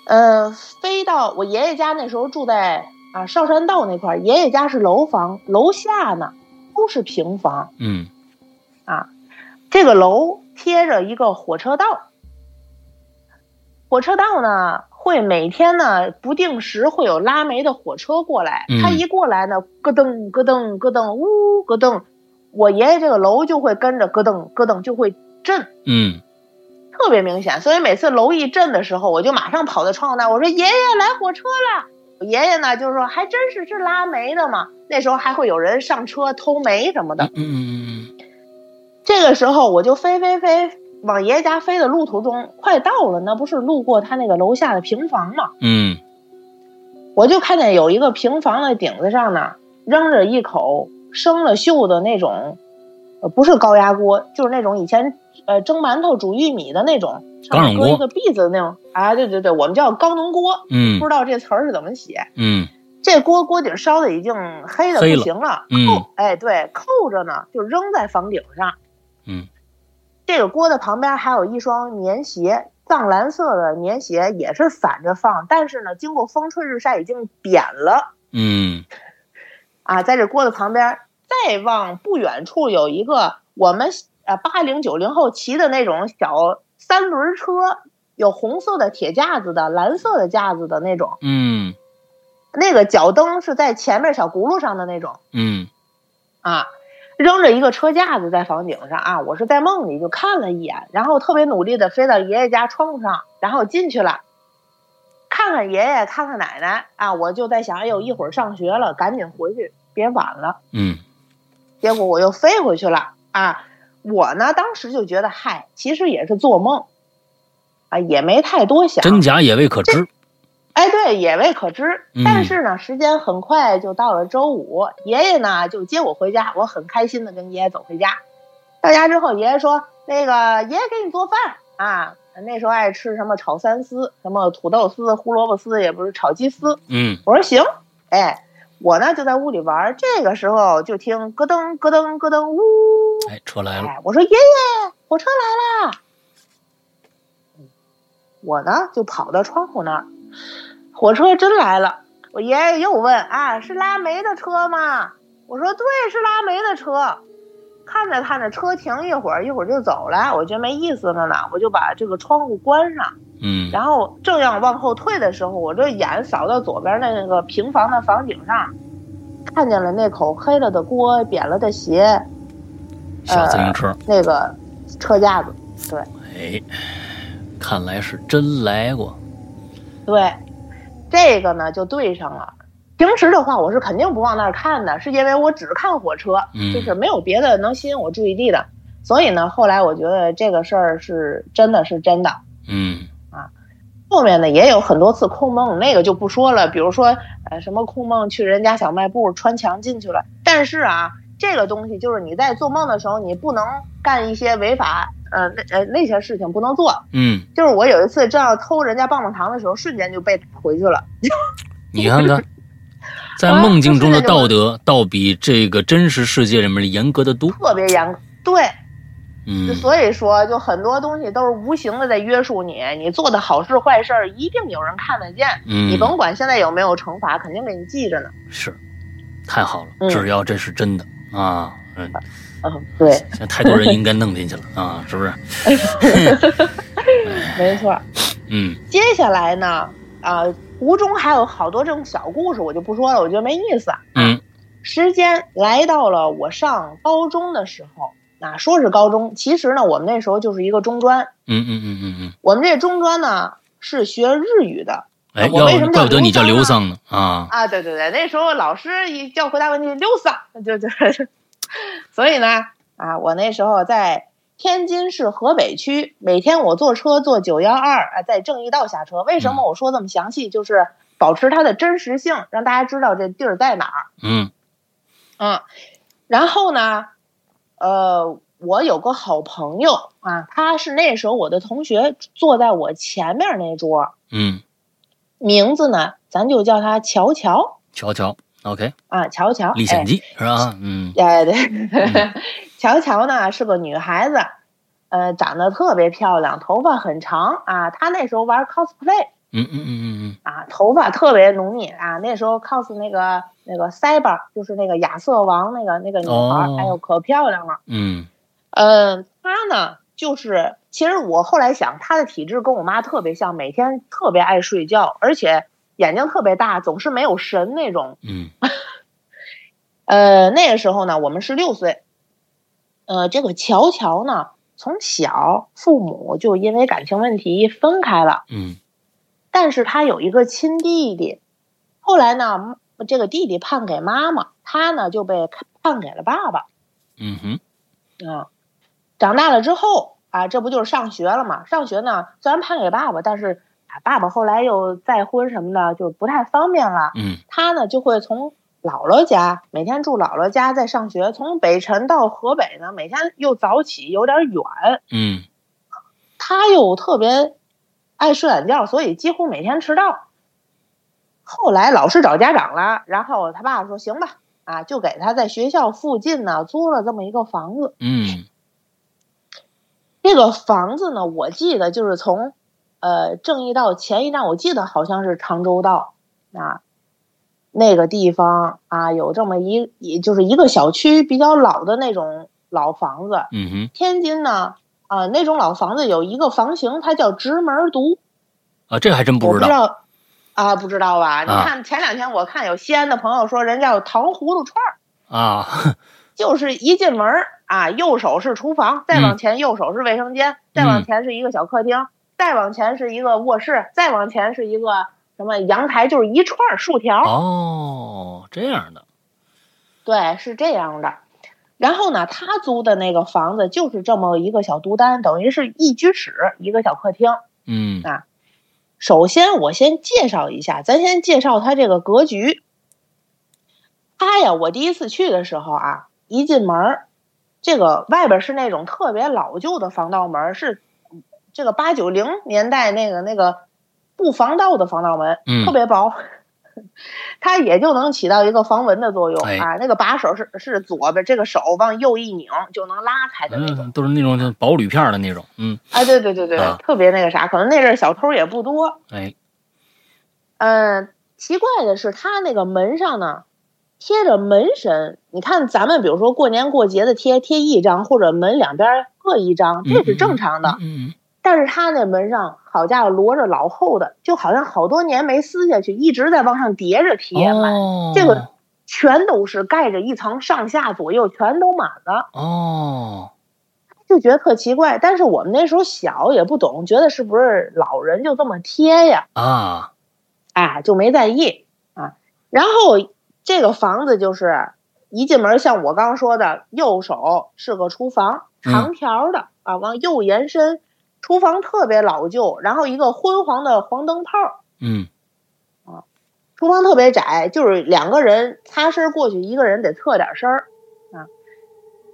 呃，飞到我爷爷家那时候住在啊少山道那块儿，爷爷家是楼房，楼下呢都是平房，
嗯
这个楼贴着一个火车道，火车道呢会每天呢不定时会有拉煤的火车过来
嗯，
它一过来呢咯噔咯噔咯噔呜咯噔，我爷爷这个楼就会跟着咯噔咯噔就会震。
嗯
特别明显，所以每次楼一震的时候，我就马上跑到窗户那儿，我说：“爷爷来火车了！”我爷爷呢，就是说还真是是拉煤的嘛。那时候还会有人上车偷煤什么的
嗯。嗯
这个时候我就飞飞飞往爷爷家飞的路途中，快到了，那不是路过他那个楼下的平房嘛，
嗯
我就看见有一个平房的顶子上呢扔着一口生了锈的那种，呃，不是高压锅，就是那种以前呃蒸馒头煮玉米的那种，上面
钢种
搁
锅
一个篦子那种，啊，对对对，我们叫高能锅，
嗯
不知道这词儿是怎么写。
嗯
这锅锅底烧的已经黑的
黑
不
了
行了，
嗯
扣，哎，对，扣着呢，就扔在房顶上。
嗯，
这个锅的旁边还有一双棉鞋，藏蓝色的棉鞋也是反着放，但是呢，经过风吹日晒已经扁了
嗯
啊。在这锅的旁边，再往不远处有一个我们呃八零九零后骑的那种小三轮车，有红色的铁架子的、蓝色的架子的那种，
嗯
那个脚蹬是在前面小轱辘上的那种。
嗯
啊，扔着一个车架子在房顶上啊，我是在梦里就看了一眼，然后特别努力的飞到爷爷家窗户上，然后进去了，看看爷爷，看看奶奶啊，我就在想，哎呦，一会儿上学了，赶紧回去，别晚了。
嗯
结果我又飞回去了啊，我呢当时就觉得，嗨，其实也是做梦，啊，也没太多想，
真假也未可知。
哎，对，也未可知
嗯。
但是呢，时间很快就到了周五，爷爷呢就接我回家，我很开心的跟爷爷走回家。到家之后，爷爷说：“那个爷爷给你做饭啊，那时候爱吃什么炒三丝，什么土豆丝、胡萝卜丝，也不是炒鸡丝。
嗯”
我说行，哎，我呢就在屋里玩儿。这个时候就听咯噔咯噔咯噔，呜，
哎，车来了。
哎，我说爷爷，火车来啦！我呢就跑到窗户那儿，火车真来了。我爷爷又问啊，是拉煤的车吗？我说对，是拉煤的车。看着看着，车停一会儿，一会儿就走了，我觉得没意思了呢，我就把这个窗户关上。
嗯
然后正要往后退的时候，我这眼扫到左边那个平房的房顶上，看见了那口黑了的锅、扁了的鞋，
小自行车。
那个车架子。对
哎，看来是真来过。
对，这个呢就对上了。平时的话，我是肯定不往那儿看的，是因为我只看火车，
嗯
就是没有别的能吸引我注意力的。所以呢，后来我觉得这个事儿是真的是真的。
嗯
后面呢也有很多次空梦，那个就不说了，比如说呃什么空梦去人家小卖部穿墙进去了。但是啊，这个东西就是你在做梦的时候，你不能干一些违法呃那呃那些事情不能做，
嗯，
就是我有一次正要偷人家棒棒糖的时候，瞬间就被打回去了。
你看 看，在梦境中的道德，倒比这个真实世界里面的严格的多。
特别严格。对，就
嗯
所以说，就很多东西都是无形的在约束你。你做的好事坏事儿，一定有人看得见。
嗯，
你甭管现在有没有惩罚，肯定给你记着呢。
是，太好了，
嗯
只要这是真的啊，嗯，
嗯，对，
现在太多人应该弄进去了啊，是不是？
没错。
嗯
接下来呢，啊、无中还有好多这种小故事，我就不说了，我觉得没意思。
嗯
时间来到了我上高中的时候，啊，说是高中，其实呢，我们那时候就是一个中专。
嗯嗯嗯嗯嗯，
我们这中专呢是学日语的，
哎，
啊我为
要
什么
怪不得你叫
叫
刘
刘
桑呢啊，
啊，对对对，那时候老师一叫回答问题，溜撒，就就，所以呢，啊，我那时候在天津市河北区，每天我坐车坐九幺二啊，在正义道下车。为什么我说这么详细？就是保持它的真实性，让大家知道这地儿在哪儿。
嗯
嗯，然后呢，呃，我有个好朋友啊，他是那时候我的同学，坐在我前面那桌，
嗯，
名字呢，咱就叫他乔乔。
瞧瞧 OK，《
啊，乔乔，
历险
哎
记》是吧？嗯
哎，对， 乔乔呢是个女孩子，呃，长得特别漂亮，头发很长啊。她那时候玩 cosplay
嗯嗯嗯嗯
啊，头发特别浓密啊。那时候 cos 那个那个 Cyber，就是那个亚瑟王那个那个女孩儿，
哦
哎呦，可漂亮了。
嗯
嗯，她呢就是，其实我后来想，她的体质跟我妈特别像，每天特别爱睡觉，而且眼睛特别大，总是没有神那种。
嗯
呃，那个时候呢，我们是六岁。呃，这个乔乔呢，从小父母就因为感情问题分开了，
嗯
但是他有一个亲弟弟。后来呢，这个弟弟判给妈妈，他呢就被判给了爸爸。
嗯哼，
啊，长大了之后啊，这不就是上学了嘛？上学呢，虽然判给爸爸，但是啊，爸爸后来又再婚什么的，就不太方便了。
嗯
他呢就会从姥姥家每天住姥姥家，再上学，从北辰到河北呢，每天又早起，有点远。
嗯
他又特别爱睡懒觉，所以几乎每天迟到。后来老师找家长了，然后他爸说行吧，啊，就给他在学校附近呢租了这么一个房子。
嗯
这个房子呢，我记得就是从呃正义道前一站，我记得好像是常州道啊那个地方啊，有这么一也就是一个小区比较老的那种老房子。
嗯哼，
天津呢，啊、那种老房子有一个房型，它叫直门独，
啊，这个还真
我
不
不
知
知
道。
道啊，不知道吧？你
啊
看前两天我看有西安的朋友说，人家有糖葫芦串儿。
啊，
就是一进门儿啊，右手是厨房，再往前右手是卫生间，再往前是一个小客厅，再往前是一个卧室，再往前是一个什么阳台，就是一串儿竖条。
哦，这样的，
对，是这样的。然后呢，他租的那个房子就是这么一个小独单，等于是一居室一个小客厅。
嗯
哎首先，我先介绍一下，咱先介绍它这个格局。它呀，我第一次去的时候啊，一进门儿，这个外边是那种特别老旧的防盗门儿，是这个八九零年代那个那个不防盗的防盗门，
嗯
特别薄， 它也就能起到一个防蚊的作用
哎
啊。那个把手是是左边，这个手往右一拧就能拉开的那种。
嗯，都是那种就是薄铝片儿的那种，嗯，
啊，对对对对，
啊
特别那个啥，可能那阵儿小偷也不多。
哎，
嗯，奇怪的是，它那个门上呢贴着门神。你看，咱们比如说过年过节的贴贴一张，或者门两边各一张，这是正常的。
嗯嗯
但是它那门上，好家伙，摞着老厚的，就好像好多年没撕下去，一直在往上叠着贴
嗯，
满，
哦，
这个全都是盖着一层，上下左右全都满了，
哦，
就觉得特奇怪。但是我们那时候小也不懂，觉得是不是老人就这么贴呀？
啊，
哎，就没在意啊。然后这个房子就是一进门，像我刚刚说的，右手是个厨房，
嗯
长条的、啊，往右延伸，厨房特别老旧，然后一个昏黄的黄灯泡，
嗯
厨房特别窄，就是两个人擦身过去，一个人得侧点身儿啊。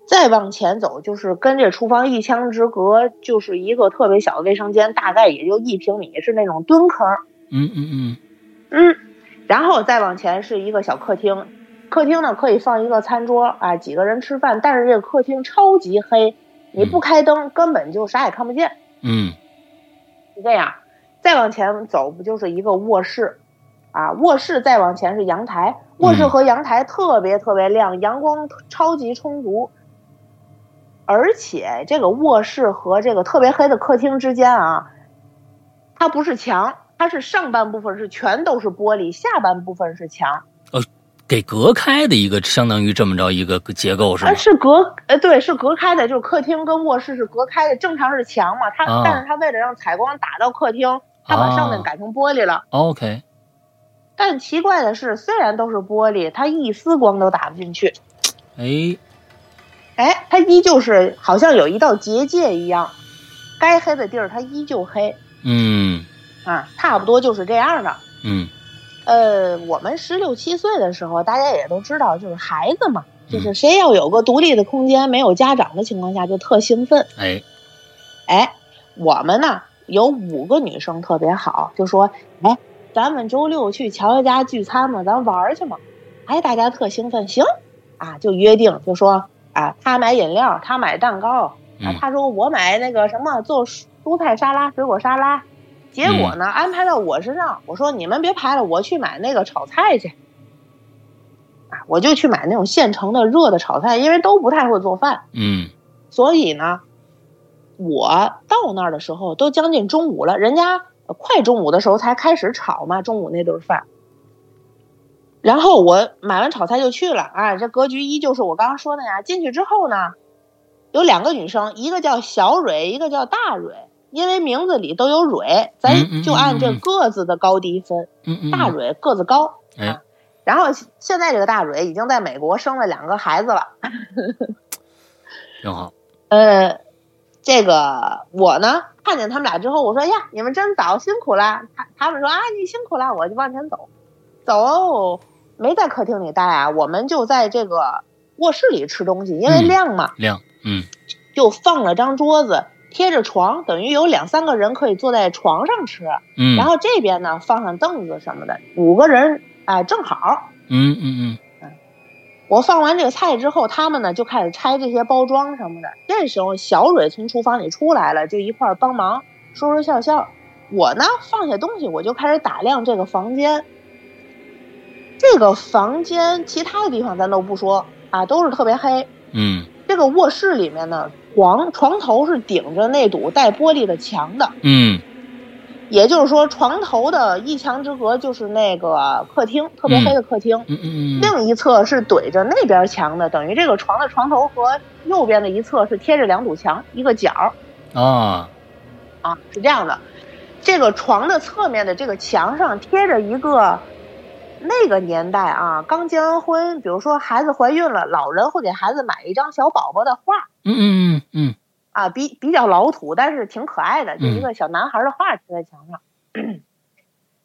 再往前走，就是跟这厨房一墙之隔，就是一个特别小的卫生间，大概也就一平米，是那种蹲坑儿。
嗯嗯
嗯，然后再往前是一个小客厅，客厅呢可以放一个餐桌啊，几个人吃饭，但是这个客厅超级黑，你不开灯根本就啥也看不见，
嗯
是这样。再往前走不就是一个卧室，啊，卧室再往前是阳台，卧室
嗯
和阳台特别特别亮，阳光超级充足。而且这个卧室和这个特别黑的客厅之间啊，它不是墙，它是上半部分是全都是玻璃，下半部分是墙。
嗯，给隔开的一个，相当于这么着一个结构是吧
啊，？是隔呃，对，是隔开的，就是客厅跟卧室是隔开的。正常是墙嘛，它、
啊
但是它为了让采光打到客厅，它把上面
啊
改成玻璃了。
OK，
但奇怪的是，虽然都是玻璃，它一丝光都打不进去。
哎，
哎，它依旧是好像有一道结界一样，该黑的地儿它依旧黑
嗯
啊，差不多就是这样的。
嗯
呃，我们十六七岁的时候，大家也都知道，就是孩子嘛，
嗯
就是谁要有个独立的空间，没有家长的情况下，就特兴奋。
哎，
哎，我们呢有五个女生特别好，就说，哎，咱们周六去乔乔家聚餐嘛，咱玩儿去嘛。哎，大家特兴奋，行啊，就约定，就说啊，他买饮料，他买蛋糕，啊
嗯，
他说我买那个什么做蔬蔬菜沙拉、水果沙拉。结果呢，安排到我身上，我说你们别排了，我去买那个炒菜去。啊，我就去买那种现成的热的炒菜，因为都不太会做饭，
嗯
所以呢，我到那儿的时候都将近中午了，人家呃快中午的时候才开始炒嘛，中午那顿饭。然后我买完炒菜就去了啊，这格局依旧是我刚刚说的呀。进去之后呢，有两个女生，一个叫小蕊，一个叫大蕊，因为名字里都有蕊，
嗯嗯
咱就按这
嗯嗯
个子的高低分。
嗯嗯，
大蕊个子高
哎
啊。然后现在这个大蕊已经在美国生了两个孩子了。
挺好，
呃，这个我呢看见他们俩之后，我说哎呀，你们真早，辛苦啦。他他们说啊，你辛苦啦，我就往前走，走没在客厅里待啊，我们就在这个卧室里吃东西，因为
嗯
亮嘛，
亮，嗯
就放了张桌子。贴着床，等于有两三个人可以坐在床上吃，
嗯，
然后这边呢放上凳子什么的，五个人啊、正好。
嗯嗯
我放完这个菜之后，他们呢就开始拆这些包装什么的。这时候，小蕊从厨房里出来了，就一块儿帮忙说说笑笑。我呢放下东西，我就开始打量这个房间。这个房间其他的地方咱都不说啊，都是特别黑。
嗯嗯
这个卧室里面呢，床床头是顶着那堵带玻璃的墙的，
嗯，
也就是说，床头的一墙之隔就是那个客厅，特别黑的客厅。
嗯嗯嗯，
另一侧是怼着那边墙的，等于这个床的床头和右边的一侧是贴着两堵墙，一个角儿
啊，
啊，是这样的。这个床的侧面的这个墙上贴着一个那个年代啊，刚结完婚，比如说孩子怀孕了，老人会给孩子买一张小宝宝的画
嗯嗯嗯
啊，比比较老土，但是挺可爱的，就
嗯
一个小男孩的画贴在墙上。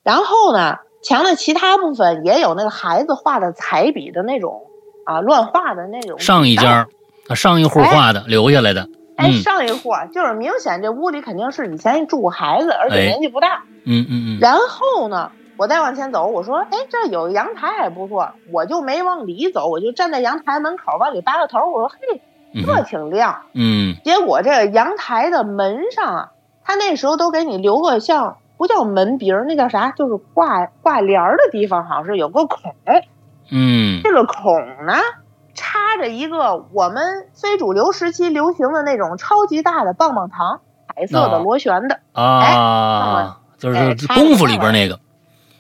然后呢，墙的其他部分也有那个孩子画的彩笔的那种啊，乱画的那种
嗯，。上一家，上一户画的留下来的，
哎，
嗯
上一户啊就是明显这屋里肯定是以前住过孩子，而且
哎
年纪不大。
嗯嗯嗯
然后呢，我再往前走，我说，哎，这儿有阳台还不错，我就没往里走，我就站在阳台门口往里扒个头，我说，嘿，这
嗯
挺亮。
嗯
结果这阳台的门上啊，他那时候都给你留个像不叫门鼻儿，那叫啥？就是挂挂帘儿的地方，好像是有个孔。
嗯
这个孔呢，插着一个我们非主流时期流行的那种超级大的棒棒糖，彩色的
啊
螺旋的。
啊，就是功夫里边那个，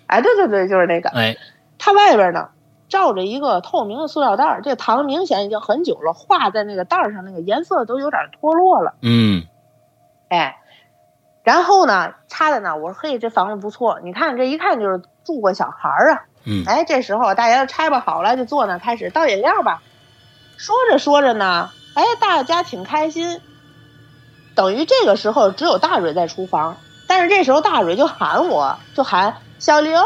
哎，对对对，就是那个。
哎，
它外边呢罩着一个透明的塑料袋儿，这糖明显已经很久了，画在那个袋儿上，那个颜色都有点脱落了。
嗯
哎，然后呢，插在那儿，我说嘿，这房子不错，你看这一看就是住过小孩儿啊。
嗯
哎，这时候大家都拆吧好了，就坐那儿开始倒饮料吧。说着说着呢，哎，大家挺开心。等于这个时候只有大蕊在厨房，但是这时候大蕊就喊我，就喊小刘，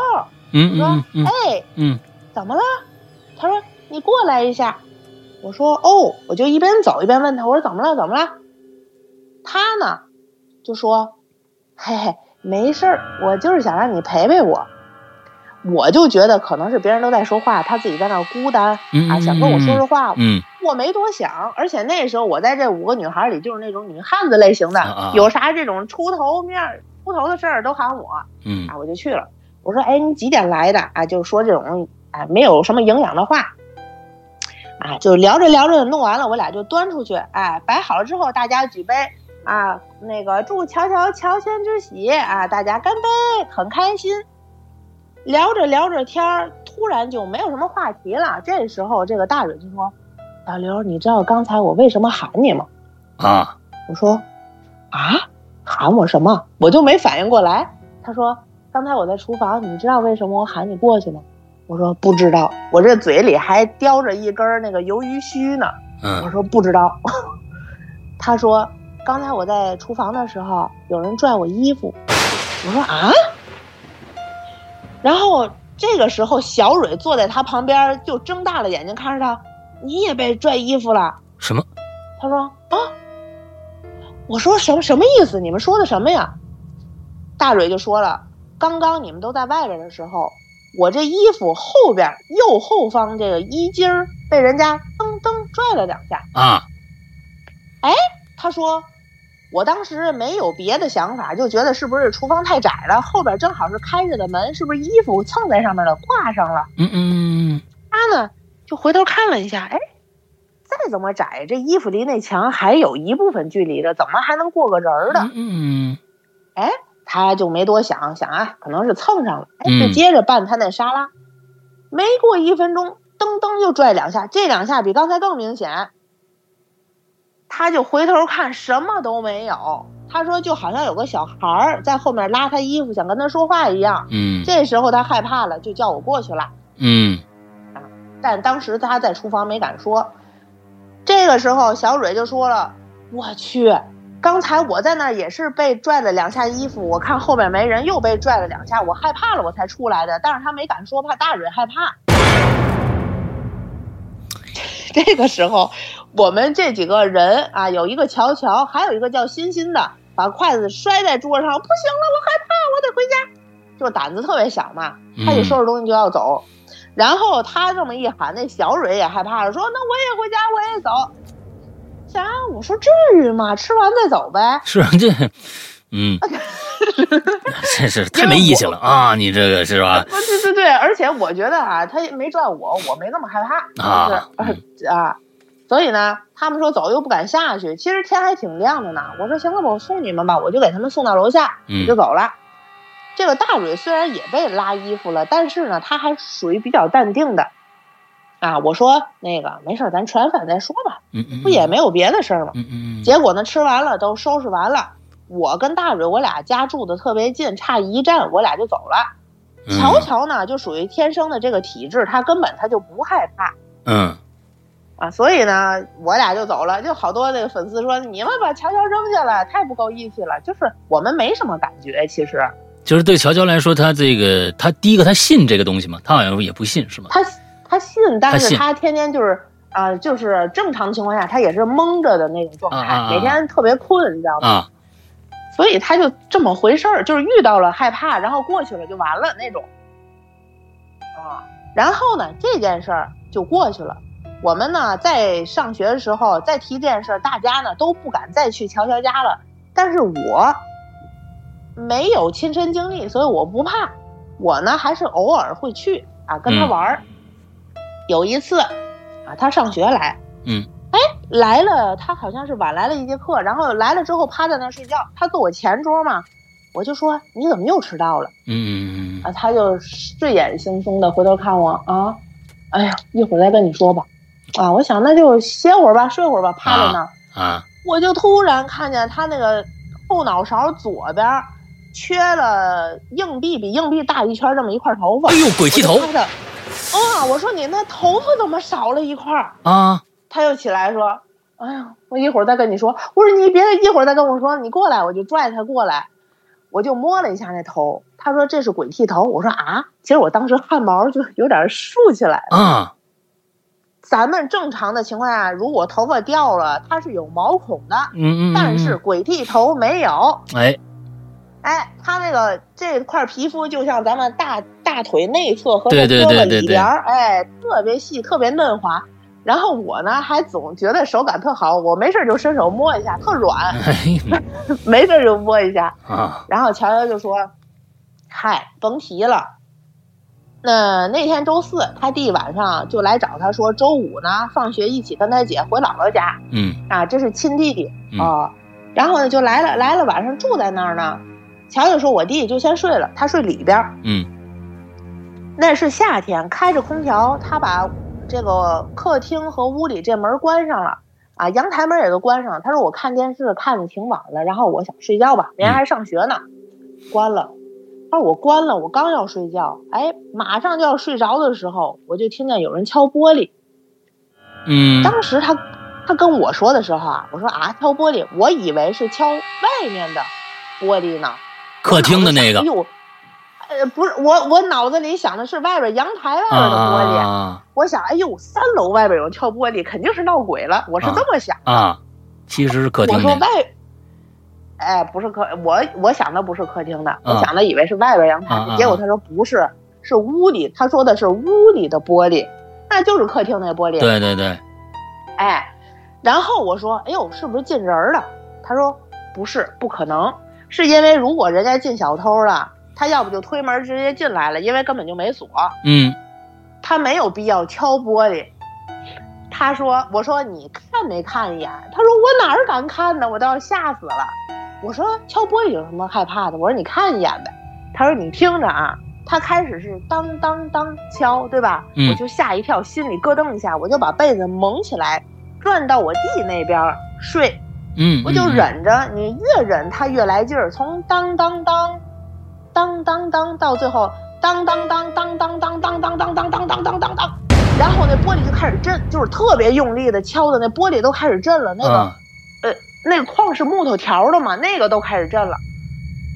嗯
说
嗯：“嗯
哎，
嗯，
怎么了？”他说：“你过来一下。”我说：“哦。”我就一边走一边问他：“我说怎么了？怎么了？”他呢，就说：“嘿嘿，没事儿，我就是想让你陪陪我。”我就觉得可能是别人都在说话，他自己在那儿孤单
嗯
啊，想跟我说说话。
嗯
我没多想，而且那时候我在这五个女孩里就是那种女汉子类型的，
啊啊
有啥这种出头面儿、出头的事儿都喊我。
嗯
啊，我就去了。我说，哎，你几点来的？啊，就是说这种啊没有什么营养的话，啊，就聊着聊着弄完了，我俩就端出去，哎，摆好了之后，大家举杯啊，那个祝乔乔乔迁之喜啊，大家干杯，很开心。聊着聊着天儿，突然就没有什么话题了。这时候，这个大蕊就说：“小刘，你知道刚才我为什么喊你吗？”
啊，
我说：“啊，喊我什么？”我就没反应过来。他说：“刚才我在厨房，你知道为什么我喊你过去吗？”我说：“不知道。”我这嘴里还叼着一根儿那个鱿鱼须呢。我
嗯
说：“不知道。” 他说：“刚才我在厨房的时候，有人拽我衣服。”我说：“啊！”然后这个时候，小蕊坐在他旁边儿，就睁大了眼睛看着他：“你也被拽衣服了？”
什么？
他说啊，我说什么什么意思？你们说的什么呀？大蕊就说了，刚刚你们都在外边的时候，我这衣服后边右后方这个衣襟儿被人家噔噔拽了两下。
啊，
他说，我当时没有别的想法，就觉得是不是厨房太窄了，后边正好是开着的门，是不是衣服蹭在上面了，挂上了？
嗯嗯
他呢就回头看了一下，哎，再怎么窄，这衣服离那墙还有一部分距离的，怎么还能过个人儿呢？
嗯嗯
他就没多想，想啊，可能是蹭上了，哎，
嗯
就接着拌他那沙拉。没过一分钟，噔噔又拽两下，这两下比刚才更明显。他就回头看，什么都没有。他说，就好像有个小孩儿在后面拉他衣服，想跟他说话一样。
嗯
这时候他害怕了，就叫我过去了。
嗯
但当时他在厨房没敢说。这个时候，小蕊就说了：“我去，刚才我在那儿也是被拽了两下衣服，我看后边没人，又被拽了两下，我害怕了，我才出来的。但是他没敢说，怕大蕊害怕。” 这个时候，我们这几个人啊，有一个乔乔，还有一个叫欣欣的，把筷子摔在桌上，不行了，我害怕，我得回家。就胆子特别小嘛，
嗯，
他一收拾东西就要走。然后他这么一喊，那小蕊也害怕了，说：“那我也回家，我也走。”啥？我说至于吗？吃完再走呗。
是这，嗯，这 是太没意思了啊！你这个是吧？
不，对对对，而且我觉得啊，他也没拽我，我没那么害怕，
啊
就是 啊啊，所以呢，他们说走又不敢下去，其实天还挺亮的呢。我说行了吧，我送你们吧，我就给他们送到楼下，
嗯
我就走了。这个大蕊虽然也被拉衣服了，但是呢，她还属于比较淡定的。啊，我说那个没事儿，咱吃完饭再说吧，
嗯嗯，
不也没有别的事儿吗？
嗯嗯
结果呢，吃完了都收拾完了，我跟大蕊我俩家住的特别近，差一站我俩就走了。
嗯，
乔乔呢，就属于天生的这个体质，他根本他就不害怕
嗯
啊，所以呢，我俩就走了。就好多那个粉丝说，你们把乔乔扔下来，太不够义气了。就是我们没什么感觉，其实
就是对乔乔来说，他这个他第一个他信这个东西嘛，他好像也不信是吗？
他他信，但
他
是
信
他天天就是。啊、就是正常情况下，他也是蒙着的那种状态，
啊啊啊
每天特别困，你知道吗？
啊，
所以他就这么回事儿，就是遇到了害怕，然后过去了就完了那种，啊，然后呢这件事儿就过去了。我们呢在上学的时候再提这件事儿，大家呢都不敢再去乔乔家了。但是我没有亲身经历，所以我不怕。我呢还是偶尔会去啊，跟他
嗯
玩儿。有一次啊，他上学来，哎
嗯，
来了，他好像是晚来了一节课，然后来了之后趴在那儿睡觉，他坐我前桌嘛，我就说你怎么又迟到了？
嗯嗯
啊，他就睡眼惺忪的回头看我啊，哎呀，一会儿再跟你说吧，啊，我想那就歇会儿吧，睡会儿吧，趴在那儿，
啊，
我就突然看见他那个后脑勺左边儿缺了硬币比硬币大一圈儿这么一块头发，
哎呦，鬼剃头
我就趴着啊，我说你那头发怎么少了一块儿？
啊，
他又起来说：“哎呀，我一会儿再跟你说。”我说：“你别一会儿再跟我说，你过来。”我就拽他过来，我就摸了一下那头。他说：“这是鬼剃头。”我说：“啊！”其实我当时汗毛就有点竖起来了。
啊，
咱们正常的情况下，如果头发掉了，它是有毛孔的，
嗯嗯，
但是鬼剃头没有。
哎，
哎，他那个这块皮肤就像咱们大大腿内侧和
对对
这胳膊
对对
里
对
边儿，哎，特别细，特别嫩滑。然后我呢，还总觉得手感特好，我没事儿就伸手摸一下，特软，
哎
没事儿就摸一下。
啊，
然后乔乔就说：“嗨，甭提了。”那那天周四，他弟晚上就来找他说，周五呢放学一起跟他姐回姥姥家，
嗯
啊，这是亲弟弟
嗯
啊、哦然后呢，就来了，来了，晚上住在那儿呢。乔乔说：“我弟弟就先睡了，他睡里边儿。
嗯
那是夏天，开着空调，他把这个客厅和屋里这门关上了，啊，阳台门也都关上了。他说我看电视看的挺晚了，然后我想睡觉吧，明天还上学呢，关了。他说我关了，我刚要睡觉，哎，马上就要睡着的时候，我就听见有人敲玻璃。
嗯
当时他他跟我说的时候啊，我说啊敲玻璃，我以为是敲外面的玻璃呢。
客厅啊的那
哎
个
呦，呃，不是我我脑子里想的是外边阳台外
啊
边的玻璃，
啊
我想哎呦三楼外边有人敲玻璃，肯定是闹鬼了，我是这么想。
啊，其实是客厅
我说
那
外
个，，
哎不是客，我我想的不是客厅的，
啊
我想的以为是外边阳
嗯
台，
啊啊啊
结果他说不是，是屋里，他说的是屋里的玻璃，那就是客厅那玻璃。
对对对，
哎，然后我说，哎呦，是不是进人儿了？他说不是，不可能，是因为如果人家进小偷了，他要不就推门直接进来了，因为根本就没锁，
嗯
他没有必要敲玻璃。他说，我说你看没看一眼？他说我哪儿敢看呢，我都要吓死了。我说敲玻璃有什么害怕的？我说你看一眼呗。他说你听着啊，他开始是当当当敲，对吧？
嗯
我就吓一跳，心里咯噔一下，我就把被子蒙起来，转到我弟那边儿睡。
嗯，
我就
嗯，
忍着，你越忍他越来劲儿，从当当当，当当当到最后当当当当当当当当当当当当当当当，然后那玻璃就开始震，就是特别用力的敲的那玻璃都开始震了，那个
啊，
呃，那个框是木头条的嘛，那个都开始震了。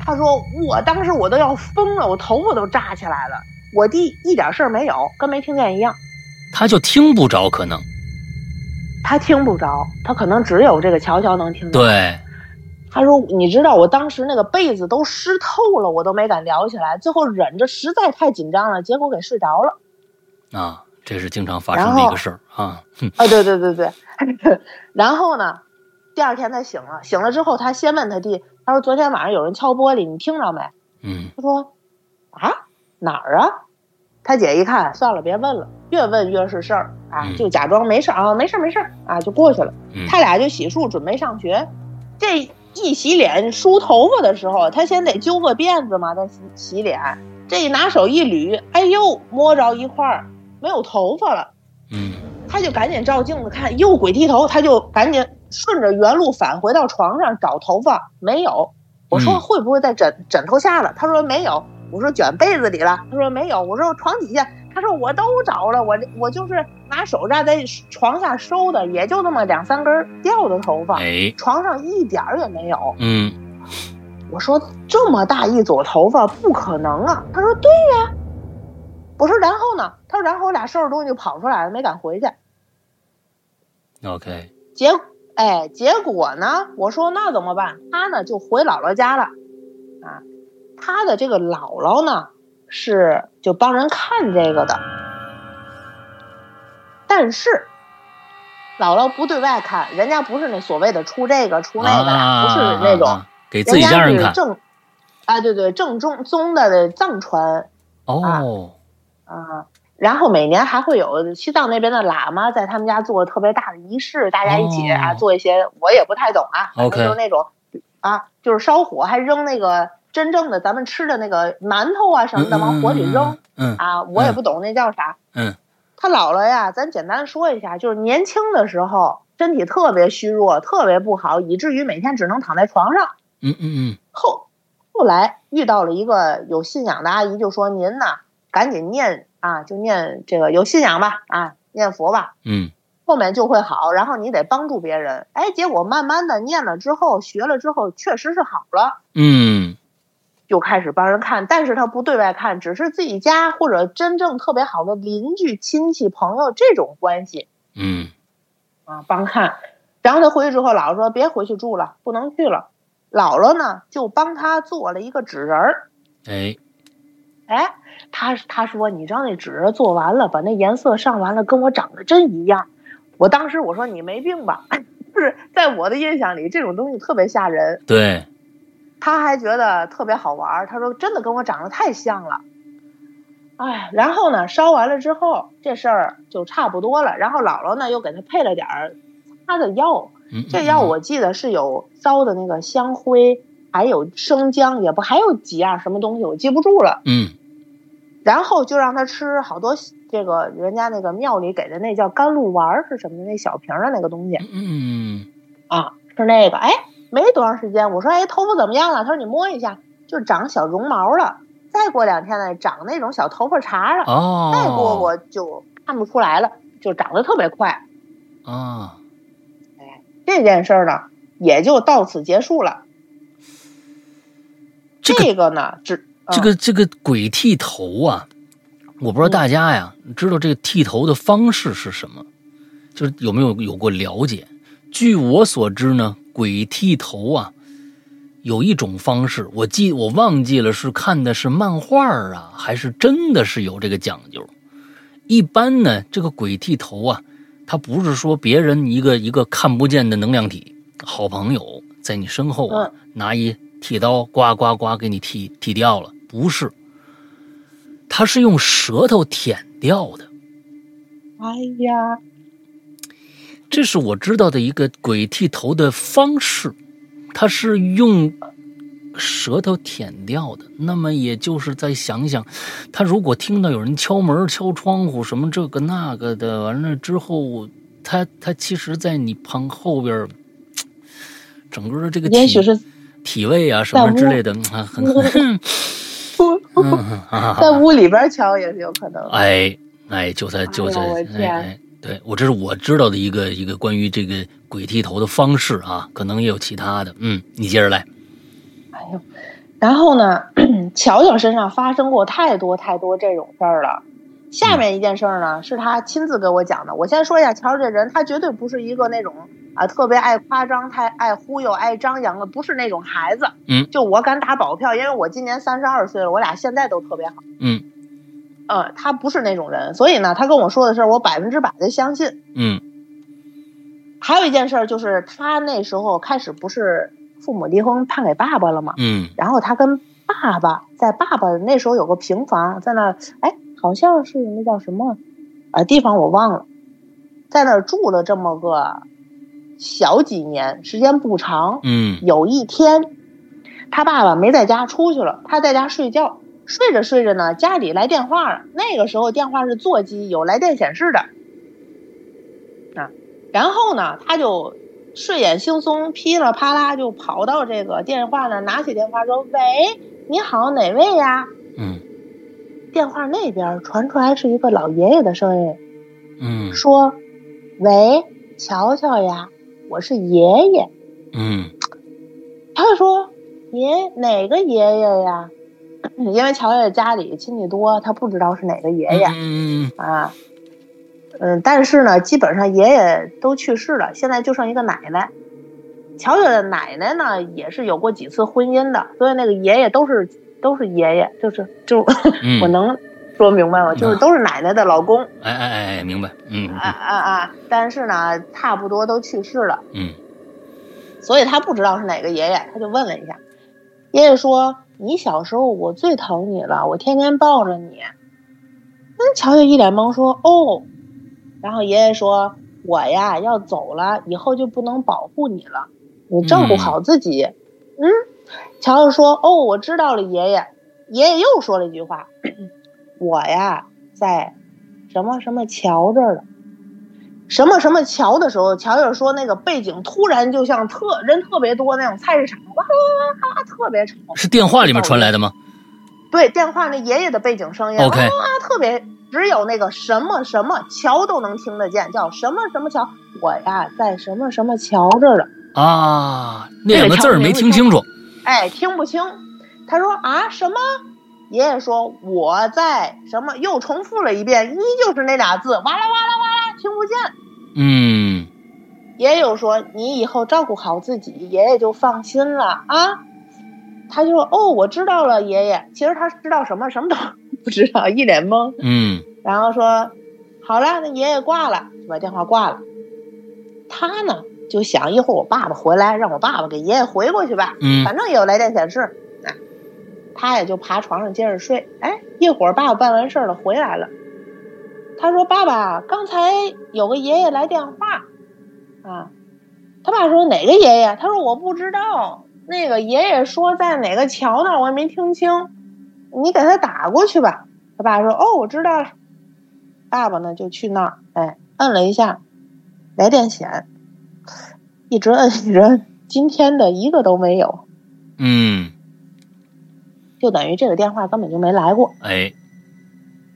他说我当时我都要疯了，我头发都炸起来了。我弟一点事儿没有，跟没听见一样。
他就听不着，可能
他听不着，他可能只有这个乔乔能听着。
对，
他说：“你知道我当时那个被子都湿透了，我都没敢聊起来。最后忍着，实在太紧张了，结果给睡着了。
啊，这是经常发生的一个事儿啊，哼
啊，对对对对。 然后呢，第二天他醒了，醒了之后他先问他弟，他说昨天晚上有人敲玻璃，你听着没？
嗯
他说啊哪儿啊？他姐一看，算了，别问了，越问越是事儿啊
嗯，
就假装没事儿啊，没事儿没事儿啊，就过去了。
嗯，
他俩就洗漱准备上学，这一洗脸梳头发的时候，他先得揪个辫子嘛，再洗洗脸。这一拿手一捋，哎呦，摸着一块儿没有头发了，
嗯
他就赶紧照镜子看，又鬼剃头，他就赶紧顺着原路返回到床上找头发，没有。我说
嗯
会不会在枕枕头下了？他说没有。我说卷被子里了，他说没有。我说床底下，他说我都找了，我这我就是拿手扎在床下收的，也就那么两三根儿掉的头发，
哎，
床上一点儿也没有。
嗯
我说这么大一撮头发不可能啊！他说对呀、我说然后呢？他说然后我俩收拾东西就跑出来了，没敢回去。
，OK，
结哎，结果呢？我说那怎么办？他呢就回姥姥家了，啊，他的这个姥姥呢是就帮人看这个的，但是姥姥不对外看，人家不是那所谓的出这个出那个的，
啊
不是那种，
啊啊给自己家人
家
看
是，正啊，对对，正宗宗的藏传
哦，
啊。然后每年还会有西藏那边的喇嘛在他们家做特别大的仪式，大家一起啊、
哦
做一些，我也不太懂啊，反正
OK
就是那种啊，就是烧火还扔那个真正的咱们吃的那个馒头啊什么的往火里扔，
嗯，嗯，
啊，我也不懂那叫啥。
嗯，
他姥姥呀，咱简单说一下，就是年轻的时候身体特别虚弱，特别不好，以至于每天只能躺在床上。
嗯嗯嗯
后后来遇到了一个有信仰的阿姨，就说：“您呐，赶紧念啊，就念这个有信仰吧，啊，念佛吧，
嗯
后面就会好。然后你得帮助别人。”哎，结果慢慢的念了之后，学了之后，确实是好了。
嗯
就开始帮人看，但是他不对外看，只是自己家或者真正特别好的邻居、亲戚、朋友这种关系
嗯
啊，帮看。然后他回去之后，姥姥说别回去住了，不能去了。姥姥呢，就帮他做了一个纸人儿，
嗯，哎，
哎，他他说你让那纸做完了，把那颜色上完了，跟我长得真一样。我当时我说你没病吧？ 就是在我的印象里，这种东西特别吓人。
对，
他还觉得特别好玩儿，他说真的跟我长得太像了。哎，然后呢，烧完了之后，这事儿就差不多了。然后姥姥呢又给他配了点儿擦的药，
嗯，
这药
嗯
我记得是有烧的那个香灰，还有生姜，也不还有几样什么东西，我记不住了。
嗯
然后就让他吃好多这个人家那个庙里给的那叫甘露丸儿是什么的那小瓶儿的那个东西
嗯嗯
啊，吃那个。哎，没多长时间，我说哎头发怎么样了？他说你摸一下，就长小绒毛了。再过两天呢，长那种小头发茬了。
哦，
再过我就看不出来了，就长得特别快。
啊，
这件事儿呢，也就到此结束了。
这个
这个呢，只、
这个这个鬼剃头啊，我不知道大家呀，知道这个剃头的方式是什么，就是有没有有过了解？据我所知呢，鬼剃头啊，有一种方式，我记我忘记了是看的是漫画啊，还是真的是有这个讲究。一般呢，这个鬼剃头啊，它不是说别人一个一个看不见的能量体，好朋友在你身后
嗯
啊，拿一剃刀呱呱呱给你剃剃掉了，不是，它是用舌头舔掉的。
哎呀，
这是我知道的一个鬼剃头的方式，它是用舌头舔掉的。那么也就是再想想，他如果听到有人敲门、敲窗户什么这个那个的，完了之后，他他其实，在你旁后边儿，整个的这个体
也许是
体位啊什么之类的，嗯啊很很嗯啊
在屋里边敲也是有可能的。
哎哎，就在就在
哎呦我
哎
天
哎，对我这是我知道的一个一个关于这个鬼剃头的方式啊，可能也有其他的。嗯，你接着来。
然后呢， 乔乔身上发生过太多太多这种事儿了。
嗯
下面一件事儿呢，是他亲自给我讲的。我先说一下乔乔这人，他绝对不是一个那种啊特别爱夸张、太爱忽悠、爱张扬的，不是那种孩子。
嗯
就我敢打保票，因为我今年三十二岁了，我俩现在都特别好。
嗯
嗯，他不是那种人，所以呢，他跟我说的事儿，我百分之百的相信。
嗯
还有一件事儿就是，他那时候开始不是父母离婚判给爸爸了吗？
嗯
然后他跟爸爸在爸爸那时候有个平房，在那儿哎，好像是那叫什么啊、地方我忘了，在那儿住了这么个小几年，时间不长。
嗯
有一天，他爸爸没在家，出去了，他在家睡觉，睡着睡着呢，家里来电话了。那个时候电话是座机，有来电显示的，啊，然后呢，他就睡眼惺忪，噼里啪啦就跑到这个电话那，拿起电话说：“喂，你好，哪位呀
嗯？”
电话那边传出来是一个老爷爷的声音，
嗯
说：“喂，乔乔呀，我是爷爷。”
嗯
他就说：“爷哪个爷爷呀？”因为乔爷家里亲戚多，他不知道是哪个爷爷、
嗯
啊。嗯，但是呢，基本上爷爷都去世了，现在就剩一个奶奶。乔爷的奶奶呢，也是有过几次婚姻的，所以那个爷爷都是都是爷爷，就是就
嗯，
我能说明白吗？就是都是奶奶的老公
哎哎哎哎，明白。嗯
啊啊啊！但是呢，差不多都去世了。
嗯
所以他不知道是哪个爷爷，他就问了一下。爷爷说：“你小时候我最疼你了，我天天抱着你。”那乔乔一脸懵说：“哦。”然后爷爷说：“我呀要走了，以后就不能保护你了，你照顾好自己。嗯”乔乔说：“哦，我知道了，爷爷。”爷爷又说了一句话：“我呀在什么什么桥这儿了。”什么什么桥的时候，乔乔说那个背景突然就像特人特别多那种菜市场，哇哇哇哇，特别吵。
是电话里面传来的吗
对，电话那爷爷的背景声音
OK
哇哇哇，特别只有那个什么什么桥都能听得见，叫什么什么桥。我呀，在什么什么桥这儿了，
啊？那两个字儿没听清楚。
哎，听不清。他说啊什么？爷爷说我在什么？又重复了一遍，依旧是那俩字，哇啦哇啦哇啦，听不见。
嗯
也有说你以后照顾好自己，爷爷就放心了啊。他就说哦，我知道了，爷爷。其实他知道什么，什么都 不知道，一脸懵。
嗯
然后说好了，那爷爷挂了，就把电话挂了。他呢就想一会儿我爸爸回来，让我爸爸给爷爷回过去吧，
嗯
反正也有来电显示。哎，他也就爬床上接着睡。哎，一会儿爸爸办完事儿了回来了，他说：“爸爸，刚才有个爷爷来电话。”啊，他爸说：“哪个爷爷？”他说：“我不知道。”那个爷爷说在哪个桥那儿，我也没听清。你给他打过去吧。他爸说：“哦，我知道了。”爸爸呢就去那儿，哎，摁了一下来电显，一直摁一直摁，今天的一个都没有。
嗯，
就等于这个电话根本就没来过，
哎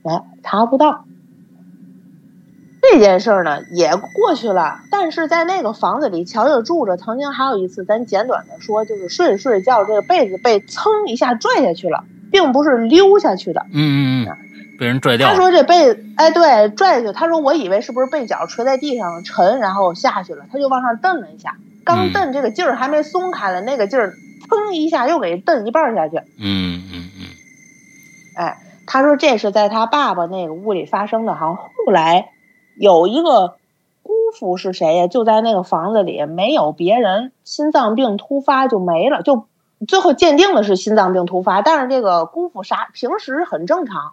哎，查不到。这件事儿呢也过去了，但是在那个房子里，乔乔住着。曾经还有一次，咱简短的说，就是睡着睡着觉，这个被子被噌一下拽下去了，并不是溜下去的。
嗯嗯嗯，被人拽掉
他
了。
说这被子，哎，对，拽下去。他说我以为是不是被脚垂在地上
嗯
沉，然后下去了，他就往上蹬了一下。刚蹬这个劲儿还没松开了，那个劲儿砰一下又给蹬一半下去。
嗯嗯嗯，
哎，他说这是在他爸爸那个屋里发生的，好像后来有一个姑父是谁呀？就在那个房子里，没有别人，心脏病突发就没了，就最后鉴定的是心脏病突发，但是这个姑父啥平时很正常，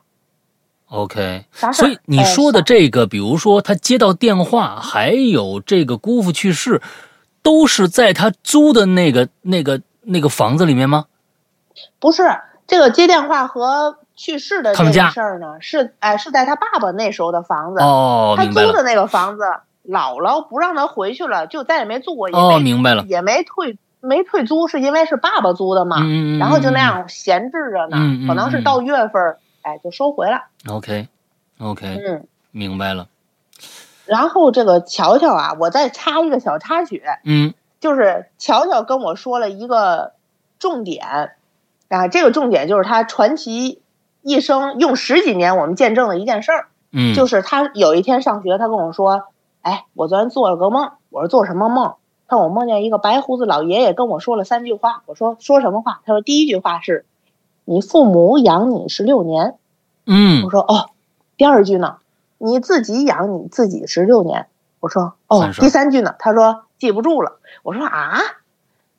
OK，
啥事儿
所以你
哎
说的
啥
这个，比如说他接到电话，还有这个姑父去世，都是在他租的那个、那个、那个房子里面吗？
不是这个接电话和去世的
他
这
们
个
家
事儿呢，是哎是在他爸爸那时候的房子，
哦，
他
明白
租
了。
的那个房子，姥姥不让他回去了，就再也没住过，也没、
哦，明白了。
也没退没退租，是因为是爸爸租的嘛，
嗯，嗯
然后就那。样闲置着呢，
嗯嗯
可能是到月份儿，哎就收回了，
OK，OK，、
嗯。
明白了。
然后这个乔乔啊，我再插一个小插曲，
嗯
就是乔乔跟我说了一个重点，啊，这个重点就是他传奇一生用十几年我们见证的一件事儿，
嗯，
就是他有一天上学，他跟我说：“哎，我昨天做了个梦。”我说：“做什么梦？”他说：“我梦见一个白胡子老爷爷跟我说了三句话。”我说：“说什么话？”他说：“第一句话是，你父母养你十六年。”我
嗯，
说哦，第二句呢？你自己养你自己十六年。我说哦
算，是
第三句呢？他说记不住了。我说啊，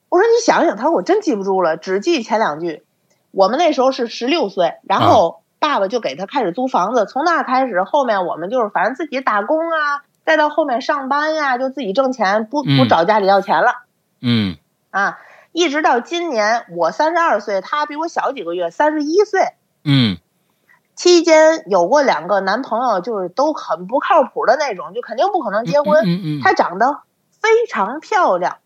我说你想想，他说我真记不住了，只记前两句。我们那时候是十六岁，然后爸爸就给他开始租房子，从那开始，后面我们就是反正自己打工啊，再到后面上班呀、就自己挣钱，不不
嗯
找家里要钱了。
嗯，
啊，一直到今年我三十二岁，他比我小几个月，三十一岁。
嗯，
期间有过两个男朋友，就是都很不靠谱的那种，就肯定不可能结婚。
嗯嗯，
她长得非常漂亮，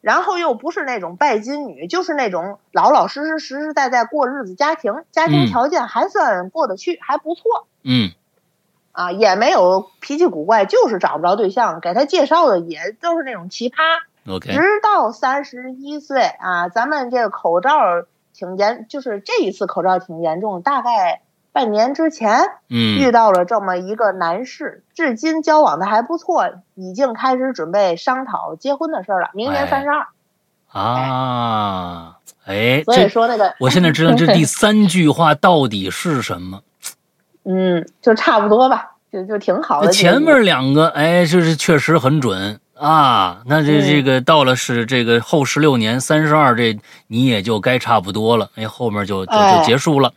然后又不是那种拜金女，就是那种老老实实、实实在在过日子，家庭家
嗯
庭条件还算过得去，还不错
嗯
啊，也没有脾气古怪，就是找不着对象。给她介绍的也都是那种奇葩，
嗯，OK，
直到三十一岁啊，咱们这个口罩挺严，就是这一次口罩挺严重，大概半年之前。遇
嗯
到了这么一个男士，至今交往的还不错，已经开始准备商讨结婚的事儿了，明
哎
年三十二。
啊，哎，
所以
这
说那个，
我现在知道 这第三句话到底是什么。
嗯，就差不多吧，就就挺好
那
的。
前面两个，哎，这是确实很准啊。那这
嗯
这个到了是这个后十六年三十二，这你也就该差不多了。哎，后面就就就
哎
结束了，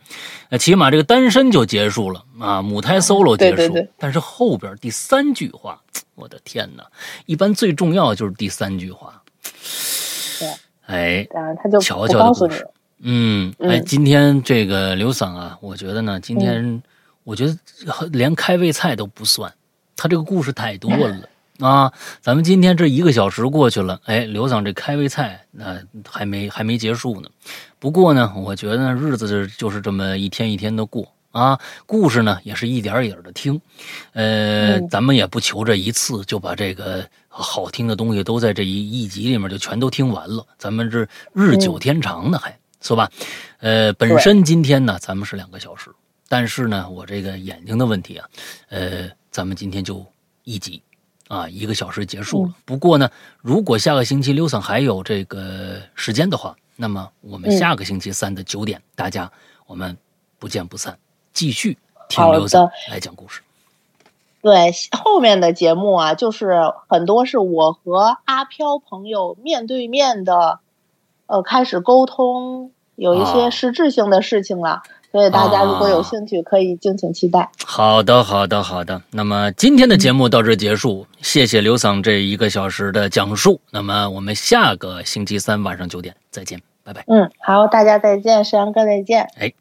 呃起码这个单身就结束了啊，母胎 solo 结
嗯对
束。
对对
但是后边第三句话，我的天哪！一般最重要的就是第三句话。
对
哎，
啊，他就
瞧
不
瞧
告
这故
诉你
事。嗯，哎，
嗯
今天这个刘桑啊，我觉得呢，今天、我觉得连开胃菜都不算，他这个故事太多了。啊，咱们今天这一个小时过去了，哎，刘桑这开胃菜那、还没还没结束呢。不过呢，我觉得日子就是这么一天一天的过啊，故事呢也是一点儿一点的听，呃，
嗯
咱们也不求这一次就把这个好听的东西都在这一一集里面就全都听完了，咱们这日久天长呢还，是吧？呃，本
嗯对
身今天呢咱们是两个小时，但是呢我这个眼睛的问题啊，呃，咱们今天就一集。啊，一个小时结
嗯
束了。不过呢，如果下个星期六桑还有这个时间的话，那么我们
嗯
下个星期三的九点，大家我们不见不散，继续听
好的
刘桑来讲故事。
对后面的节目啊，就是很多是我和阿飘朋友面对面的，呃，开始沟通，有一
啊
些实质性的事情了。所以大家如果
啊
有兴趣，可以敬请期待。
好的，好的，好的。那么今天的节目到这结束，谢谢刘桑这一个小时的讲述。那么我们下个星期三晚上九点再见，拜拜。
嗯，好，大家再见，石阳哥再见。
哎，